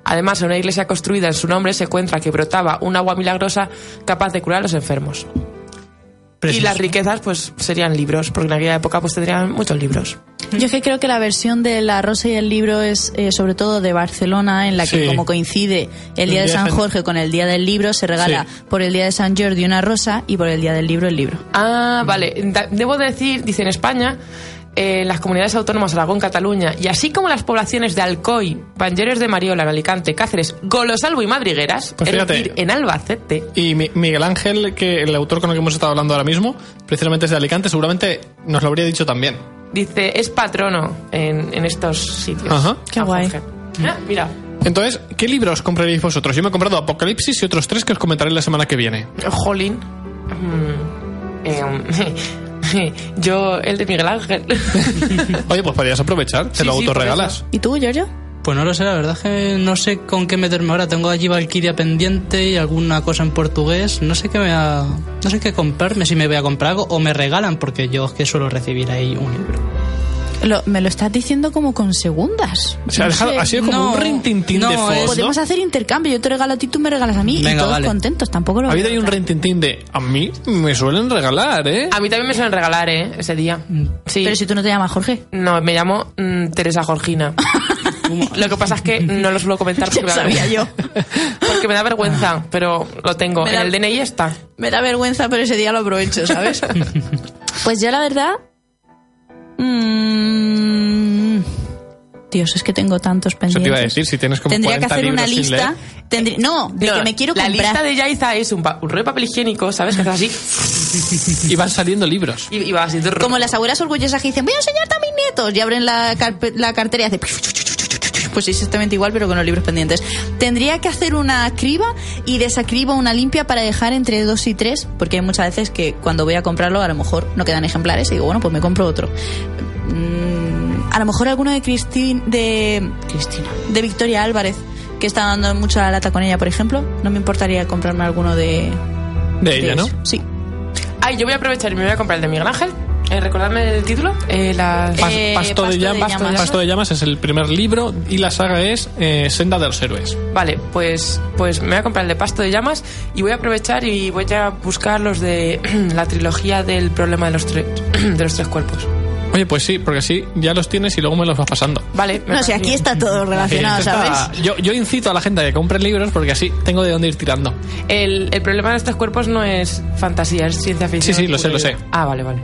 [SPEAKER 5] Además, en una iglesia construida en su nombre se encuentra que brotaba un agua milagrosa capaz de curar a los enfermos. Y
[SPEAKER 3] Precioso.
[SPEAKER 5] las riquezas, pues, serían libros, porque en aquella época, pues, tendrían muchos libros.
[SPEAKER 1] Yo es que creo que la versión de La Rosa y el libro es eh, sobre todo de Barcelona, en la que
[SPEAKER 2] Sí.
[SPEAKER 1] como coincide el día de San Jorge con el día del libro, se regala
[SPEAKER 2] Sí.
[SPEAKER 1] por el día de San Jordi una rosa y por el día del libro el libro.
[SPEAKER 5] Ah, vale. Da- Debo decir, dice en España, eh, las comunidades autónomas Aragón, Cataluña, y así como las poblaciones de Alcoy, Banjeres de Mariola, en Alicante, Cáceres, Golosalvo y Madrigueras,
[SPEAKER 2] Pues
[SPEAKER 5] es
[SPEAKER 2] fíjate.
[SPEAKER 5] decir, en Albacete.
[SPEAKER 2] Y Mi- Miguel Ángel, que el autor con el que hemos estado hablando ahora mismo, precisamente es de Alicante, seguramente nos lo habría dicho también.
[SPEAKER 5] Dice, es patrono en, en estos sitios.
[SPEAKER 2] Ajá.
[SPEAKER 1] Qué
[SPEAKER 5] San
[SPEAKER 1] guay.
[SPEAKER 5] Jorge. Ah, mira,
[SPEAKER 2] Entonces, ¿qué libros compraréis vosotros? Yo me he comprado Apocalipsis y otros tres que os comentaré la semana que viene.
[SPEAKER 5] Jolín. Mm, eh, yo, el de Miguel Ángel.
[SPEAKER 2] Oye, pues podrías aprovechar, te
[SPEAKER 5] Sí,
[SPEAKER 2] lo
[SPEAKER 5] sí,
[SPEAKER 2] autorregalas.
[SPEAKER 1] ¿Y tú, Giorgio?
[SPEAKER 3] Pues no lo sé, la verdad es que no sé con qué meterme ahora. Tengo allí Valkyria pendiente y alguna cosa en portugués. No sé qué me va- no sé qué comprarme, si me voy a comprar algo o me regalan, porque yo es que suelo recibir ahí un libro.
[SPEAKER 1] Lo- me lo estás diciendo como con segundas.
[SPEAKER 2] Se ha,
[SPEAKER 1] No
[SPEAKER 2] dejado,
[SPEAKER 1] sé.
[SPEAKER 2] ha sido como
[SPEAKER 3] no,
[SPEAKER 2] un rintintín de
[SPEAKER 3] no, es-
[SPEAKER 2] Foz, ¿no?
[SPEAKER 1] Podemos hacer intercambio, yo te regalo a ti, tú me regalas a mí y
[SPEAKER 3] Venga,
[SPEAKER 1] todos
[SPEAKER 3] vale.
[SPEAKER 1] contentos, tampoco lo
[SPEAKER 2] Ha habido ahí un rintintín de... A mí me suelen regalar, ¿eh?
[SPEAKER 1] Ah,
[SPEAKER 5] A mí también me suelen regalar, ¿eh? Ese día. Sí.
[SPEAKER 1] Mm. Pero si tú no te llamas Jorge.
[SPEAKER 5] No, me llamo mm, Teresa Georgina. lo que pasa es que no lo suelo comentar porque,
[SPEAKER 1] Ya
[SPEAKER 5] me da,
[SPEAKER 1] sabía yo.
[SPEAKER 5] porque me da vergüenza, pero lo tengo.
[SPEAKER 1] Me da-
[SPEAKER 5] En el DNI está.
[SPEAKER 1] Me da vergüenza, pero ese día lo aprovecho, ¿sabes? pues yo la verdad... mm, Dios, es que tengo tantos
[SPEAKER 2] Eso
[SPEAKER 1] pendientes.
[SPEAKER 2] te iba a decir, si tienes como
[SPEAKER 1] Tendría que
[SPEAKER 2] 40
[SPEAKER 1] hacer una
[SPEAKER 2] libros sin
[SPEAKER 1] lista. tendrí- No, de
[SPEAKER 5] No,
[SPEAKER 1] que me quiero
[SPEAKER 5] la
[SPEAKER 1] comprar.
[SPEAKER 5] lista de Yaiza es un, pa- un rollo de papel higiénico, ¿sabes? Que haces así
[SPEAKER 2] Y van saliendo libros.
[SPEAKER 5] y, y va así.
[SPEAKER 1] Como las abuelas orgullosas que dicen, voy a enseñarte a mis nietos. Y abren la, carpe- la cartera y hacen... Pues exactamente igual, pero con los libros pendientes. Tendría que hacer una criba y de esa criba una limpia para dejar entre dos y tres, porque hay muchas veces que cuando voy a comprarlo a lo mejor no quedan ejemplares y digo, bueno, pues me compro otro. Mm, a lo mejor alguno de Cristina, de, Cristina, de Victoria Álvarez, que está dando mucha lata con ella, por ejemplo. No me importaría comprarme alguno de...
[SPEAKER 2] De ella, ¿no?
[SPEAKER 1] eso. Sí. Eh,
[SPEAKER 5] Ay, yo voy a aprovechar y me voy a comprar el de Miguel Ángel. Eh, recordadme el título. Eh, las-
[SPEAKER 2] Pas-
[SPEAKER 1] Eh,
[SPEAKER 2] Pasto, de llamas, Pasto de llamas. es el primer libro y la saga es eh, Senda de los Héroes.
[SPEAKER 5] Vale, pues, pues me voy a comprar el de Pasto de Llamas y voy a aprovechar y voy a buscar los de la trilogía del problema de los, tre- de los tres cuerpos.
[SPEAKER 2] Oye, pues sí, porque así ya los tienes y luego me los vas pasando.
[SPEAKER 5] Vale. me
[SPEAKER 1] No sé,
[SPEAKER 5] parece
[SPEAKER 1] aquí
[SPEAKER 5] bien.
[SPEAKER 1] está todo relacionado,
[SPEAKER 2] Esto está-
[SPEAKER 1] ¿sabes?
[SPEAKER 2] Yo, yo incito a la gente a que compre libros porque así tengo de dónde ir tirando.
[SPEAKER 5] El, el problema de estos cuerpos no es fantasía, es ciencia ficción.
[SPEAKER 2] Sí, sí, lo sé,
[SPEAKER 5] pura y
[SPEAKER 2] lo
[SPEAKER 5] dura.
[SPEAKER 2] sé.
[SPEAKER 5] Ah, vale, vale.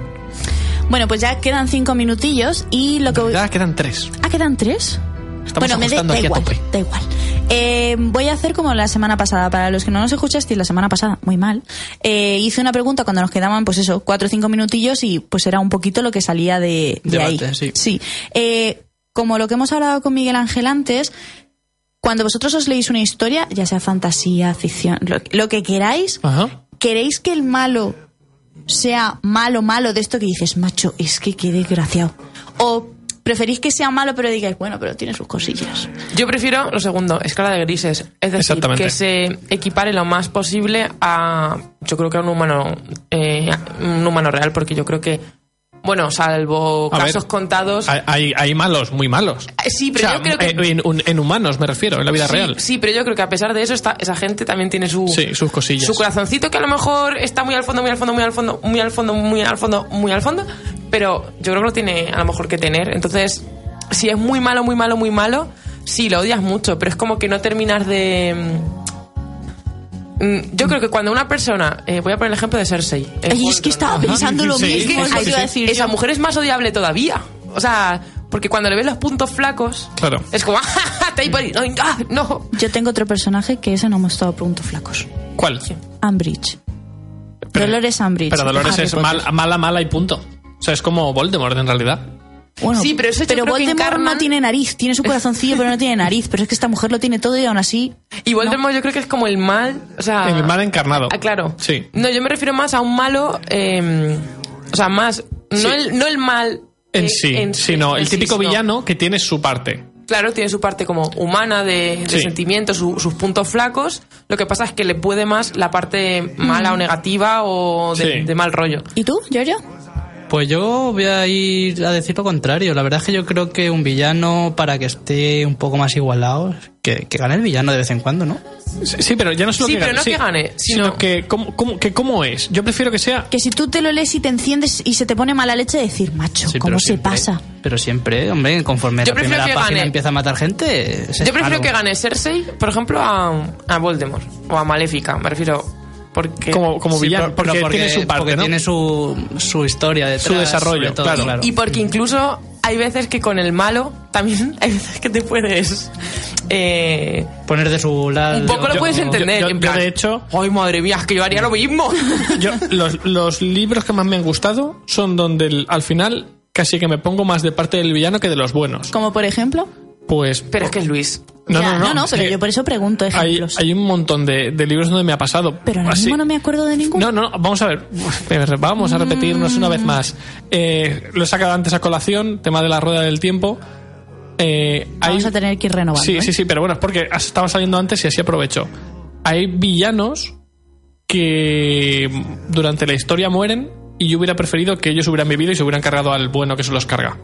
[SPEAKER 1] Bueno, pues ya quedan cinco minutillos y lo que voy...
[SPEAKER 2] Ya quedan tres.
[SPEAKER 1] Ah, quedan tres.
[SPEAKER 2] Estamos
[SPEAKER 1] bueno, me da,
[SPEAKER 2] ajustando
[SPEAKER 1] da
[SPEAKER 2] aquí a
[SPEAKER 1] igual,
[SPEAKER 2] tope.
[SPEAKER 1] da igual. Eh, voy a hacer como la semana pasada. Para los que no nos escuchasteis la semana pasada, muy mal, eh, hice una pregunta cuando nos quedaban, pues eso, cuatro o cinco minutillos y pues era un poquito lo que salía de, de
[SPEAKER 3] Debate,
[SPEAKER 1] ahí.
[SPEAKER 3] sí.
[SPEAKER 1] Eh, como lo que hemos hablado con Miguel Ángel antes, cuando vosotros os leéis una historia, ya sea fantasía, ficción, lo, lo que queráis,
[SPEAKER 2] Ajá.
[SPEAKER 1] ¿Queréis que el malo sea malo, malo de esto que dices, macho, es que qué desgraciado? ¿O preferís que sea malo pero digáis, bueno, pero tiene sus cosillas?
[SPEAKER 5] Yo prefiero lo segundo, escala de grises. Es decir,
[SPEAKER 2] Exactamente.
[SPEAKER 5] que se equipare lo más posible a. Yo creo que a un humano. eh, un humano real, porque yo creo que. Bueno, salvo
[SPEAKER 2] A ver,
[SPEAKER 5] casos contados.
[SPEAKER 2] Hay, hay- hay malos, muy malos.
[SPEAKER 5] Eh, sí, pero
[SPEAKER 2] O sea,
[SPEAKER 5] yo creo que.
[SPEAKER 2] eh, En, un- en humanos me refiero, en la vida
[SPEAKER 5] sí,
[SPEAKER 2] real.
[SPEAKER 5] sí, pero yo creo que a pesar de eso, está, esa gente también tiene su.
[SPEAKER 2] Sí, sus cosillas.
[SPEAKER 5] Su corazoncito que a lo mejor está muy al fondo, muy al fondo, muy al fondo, muy al fondo, muy al fondo, muy al fondo, pero yo creo que lo tiene a lo mejor que tener. Entonces, si es muy malo, muy malo, muy malo, sí, lo odias mucho, pero es como que no terminas de... Mm, Yo creo que cuando una persona, eh, voy a poner el ejemplo de Cersei. en
[SPEAKER 1] Ay, es
[SPEAKER 5] Holton,
[SPEAKER 1] que estaba
[SPEAKER 2] Ajá.
[SPEAKER 1] pensando lo
[SPEAKER 2] Sí,
[SPEAKER 1] mismo,
[SPEAKER 2] sí,
[SPEAKER 1] eso
[SPEAKER 2] sí,
[SPEAKER 1] te iba a
[SPEAKER 2] sí.
[SPEAKER 1] decir
[SPEAKER 5] esa
[SPEAKER 1] yo.
[SPEAKER 5] mujer es más odiable todavía. O sea, porque cuando le ves los puntos flacos,
[SPEAKER 2] Claro.
[SPEAKER 5] es como, ¡ah, está ahí por ahí! ¡Ay, ah, no!
[SPEAKER 1] Yo tengo otro personaje que ese no hemos estado a puntos flacos.
[SPEAKER 2] ¿Cuál?
[SPEAKER 1] Ambridge. Dolores Umbridge.
[SPEAKER 2] Pero Dolores
[SPEAKER 1] Harry
[SPEAKER 2] es
[SPEAKER 1] Potter.
[SPEAKER 2] mal- mala, mala y punto. O sea, es como Voldemort en realidad.
[SPEAKER 1] Bueno,
[SPEAKER 5] Sí, pero eso yo creo que
[SPEAKER 1] Voldemort
[SPEAKER 5] encarnan-
[SPEAKER 1] no tiene nariz, tiene su corazoncillo, pero no tiene nariz. Pero es que esta mujer lo tiene todo y aún así.
[SPEAKER 5] Y Voldemort yo creo que es como el mal, o sea...
[SPEAKER 2] El mal encarnado.
[SPEAKER 5] Ah, claro.
[SPEAKER 2] Sí.
[SPEAKER 5] No, yo me refiero más a un malo, eh, o sea, más... No,
[SPEAKER 2] Sí.
[SPEAKER 5] el, no el mal... eh,
[SPEAKER 2] En sí, sino
[SPEAKER 5] en
[SPEAKER 2] el
[SPEAKER 5] sí,
[SPEAKER 2] típico
[SPEAKER 5] sino-
[SPEAKER 2] villano que tiene su parte.
[SPEAKER 5] Claro, tiene su parte como humana de, de
[SPEAKER 2] Sí.
[SPEAKER 5] sentimientos, su- sus puntos flacos. Lo que pasa es que le puede más la parte mala o negativa o de,
[SPEAKER 2] Sí.
[SPEAKER 5] de mal rollo.
[SPEAKER 1] ¿Y tú, Giorgio?
[SPEAKER 3] Pues yo voy a ir a decir lo contrario. La verdad es que yo creo que un villano, para que esté un poco más igualado, que, que gane el villano de vez en cuando, ¿no?
[SPEAKER 2] Sí, sí, pero ya no solo
[SPEAKER 5] Sí,
[SPEAKER 2] que
[SPEAKER 5] pero
[SPEAKER 2] gane,
[SPEAKER 5] no que gane, sino-
[SPEAKER 2] que cómo, cómo- que cómo es. Yo prefiero que sea
[SPEAKER 1] Que si tú te lo lees y te enciendes y se te pone mala leche, decir, macho,
[SPEAKER 3] Sí,
[SPEAKER 1] ¿cómo
[SPEAKER 3] pero
[SPEAKER 1] se
[SPEAKER 3] siempre-
[SPEAKER 1] pasa?
[SPEAKER 3] Pero siempre, hombre, conforme la
[SPEAKER 5] Yo prefiero
[SPEAKER 3] primera
[SPEAKER 5] que
[SPEAKER 3] página
[SPEAKER 5] gane.
[SPEAKER 3] empieza a matar gente. se
[SPEAKER 5] Yo prefiero
[SPEAKER 3] escala.
[SPEAKER 5] que gane Cersei, por ejemplo, a, a Voldemort o a Maléfica. Me refiero porque...
[SPEAKER 2] como, como
[SPEAKER 3] Sí,
[SPEAKER 2] villano,
[SPEAKER 3] por-
[SPEAKER 2] porque,
[SPEAKER 3] pero
[SPEAKER 2] tiene su parte,
[SPEAKER 3] porque
[SPEAKER 2] ¿no?
[SPEAKER 3] tiene su, su historia detrás.
[SPEAKER 2] Su desarrollo,
[SPEAKER 3] sobre todo,
[SPEAKER 2] claro.
[SPEAKER 5] Y porque incluso hay veces que con el malo también hay veces que te puedes... Eh,
[SPEAKER 3] Poner de su lado.
[SPEAKER 5] un poco lo
[SPEAKER 2] yo-
[SPEAKER 5] puedes
[SPEAKER 2] yo-
[SPEAKER 5] entender.
[SPEAKER 2] yo-
[SPEAKER 5] en
[SPEAKER 2] yo,
[SPEAKER 5] plan,
[SPEAKER 2] de hecho-
[SPEAKER 5] ¡Ay, madre mía! Es que yo haría lo mismo.
[SPEAKER 2] Yo, los, los libros que más me han gustado son donde el- al final casi que me pongo más de parte del villano que de los buenos.
[SPEAKER 1] Como por ejemplo.
[SPEAKER 2] Pues
[SPEAKER 5] Pero es que es Luis.
[SPEAKER 2] no,
[SPEAKER 1] Ya,
[SPEAKER 2] no, no, es
[SPEAKER 1] pero
[SPEAKER 2] que
[SPEAKER 1] yo por eso pregunto
[SPEAKER 2] hay,
[SPEAKER 1] ejemplos.
[SPEAKER 2] hay un montón de, de libros donde me ha pasado.
[SPEAKER 1] pero ahora
[SPEAKER 2] así.
[SPEAKER 1] mismo no me acuerdo de ninguno.
[SPEAKER 2] No, no, no, vamos a ver. Vamos a repetirnos una vez más. Eh, lo he sacado antes a colación, tema de la rueda del tiempo. Eh,
[SPEAKER 1] Vamos
[SPEAKER 2] hay-
[SPEAKER 1] a tener que ir renovando.
[SPEAKER 2] Sí,
[SPEAKER 1] ¿eh?
[SPEAKER 2] sí, sí, pero bueno, es porque has- estaba saliendo antes y así aprovecho. Hay villanos que durante la historia mueren y yo hubiera preferido que ellos hubieran vivido y se hubieran cargado al bueno que se los carga.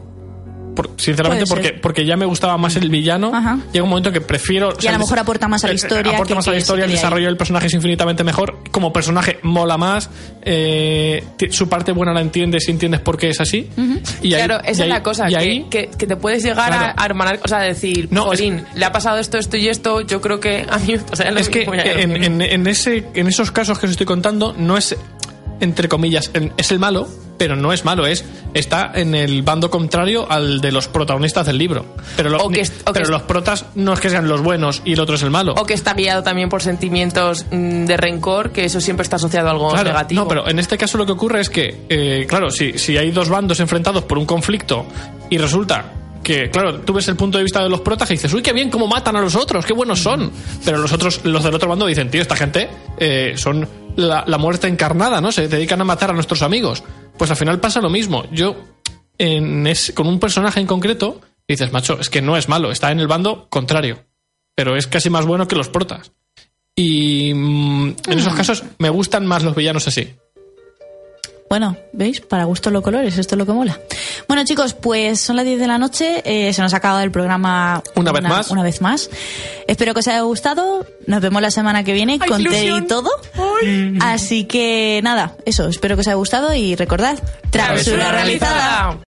[SPEAKER 2] Por- sinceramente,
[SPEAKER 1] Puede
[SPEAKER 2] porque,
[SPEAKER 1] ser.
[SPEAKER 2] porque ya me gustaba más el villano.
[SPEAKER 1] Ajá.
[SPEAKER 2] Llega un momento que prefiero. o sea,
[SPEAKER 1] a lo
[SPEAKER 2] el-
[SPEAKER 1] mejor aporta más a la
[SPEAKER 2] eh,
[SPEAKER 1] historia
[SPEAKER 2] Aporta
[SPEAKER 1] que-
[SPEAKER 2] más a la
[SPEAKER 1] que se
[SPEAKER 2] historia, el
[SPEAKER 1] quede ahí.
[SPEAKER 2] desarrollo del personaje es infinitamente mejor. Como personaje mola más. eh, ti- su parte buena la entiendes y entiendes por qué es así. Y ahí-
[SPEAKER 5] claro,
[SPEAKER 2] y
[SPEAKER 5] esa es la
[SPEAKER 2] ahí-
[SPEAKER 5] cosa,
[SPEAKER 2] y
[SPEAKER 5] que,
[SPEAKER 2] ahí-
[SPEAKER 5] que, que te puedes llegar
[SPEAKER 2] Claro.
[SPEAKER 5] a hermanar, o sea, decir,
[SPEAKER 2] No, es-
[SPEAKER 5] Jolín, le ha pasado esto, esto y esto, yo creo que a mí... O sea, lo
[SPEAKER 2] es que
[SPEAKER 5] mismo, ya lo
[SPEAKER 2] en,
[SPEAKER 5] mismo.
[SPEAKER 2] en- en ese, en esos casos que os estoy contando, no es, entre comillas, el- es el malo, pero no es malo, es está en el bando contrario al de los protagonistas del libro. Pero, lo-
[SPEAKER 5] O que es- o que
[SPEAKER 2] pero
[SPEAKER 5] es-
[SPEAKER 2] los protas no es que sean los buenos y el otro es el malo.
[SPEAKER 5] O que está guiado también por sentimientos mm, de rencor, que eso siempre está asociado a algo
[SPEAKER 2] Claro,
[SPEAKER 5] negativo.
[SPEAKER 2] No, pero en este caso lo que ocurre es que, eh, claro, si, si hay dos bandos enfrentados por un conflicto y resulta que, claro, tú ves el punto de vista de los protas y dices, uy, qué bien, cómo matan a los otros, qué buenos son. Pero los otros, los del otro bando dicen, tío, esta gente eh, son la, la muerte encarnada, ¿no? Se dedican a matar a nuestros amigos. Pues al final pasa lo mismo. Yo, en ese- con un personaje en concreto, dices, macho, es que no es malo, está en el bando contrario. Pero es casi más bueno que los protas. Y mm, en esos casos me gustan más los villanos así.
[SPEAKER 1] Bueno, ¿veis? Para gusto los colores, esto es lo que mola. Bueno, chicos, pues son las 10 de la noche, eh, se nos ha acabado el programa
[SPEAKER 2] Una vez más.
[SPEAKER 1] Una vez más. Espero que os haya gustado, nos vemos la semana que viene
[SPEAKER 5] ¡Ay,
[SPEAKER 1] con
[SPEAKER 5] qué
[SPEAKER 1] Teddy y
[SPEAKER 5] ilusión!
[SPEAKER 1] todo. Así que nada, eso, espero que os haya gustado y recordad,
[SPEAKER 5] Travesura realizada.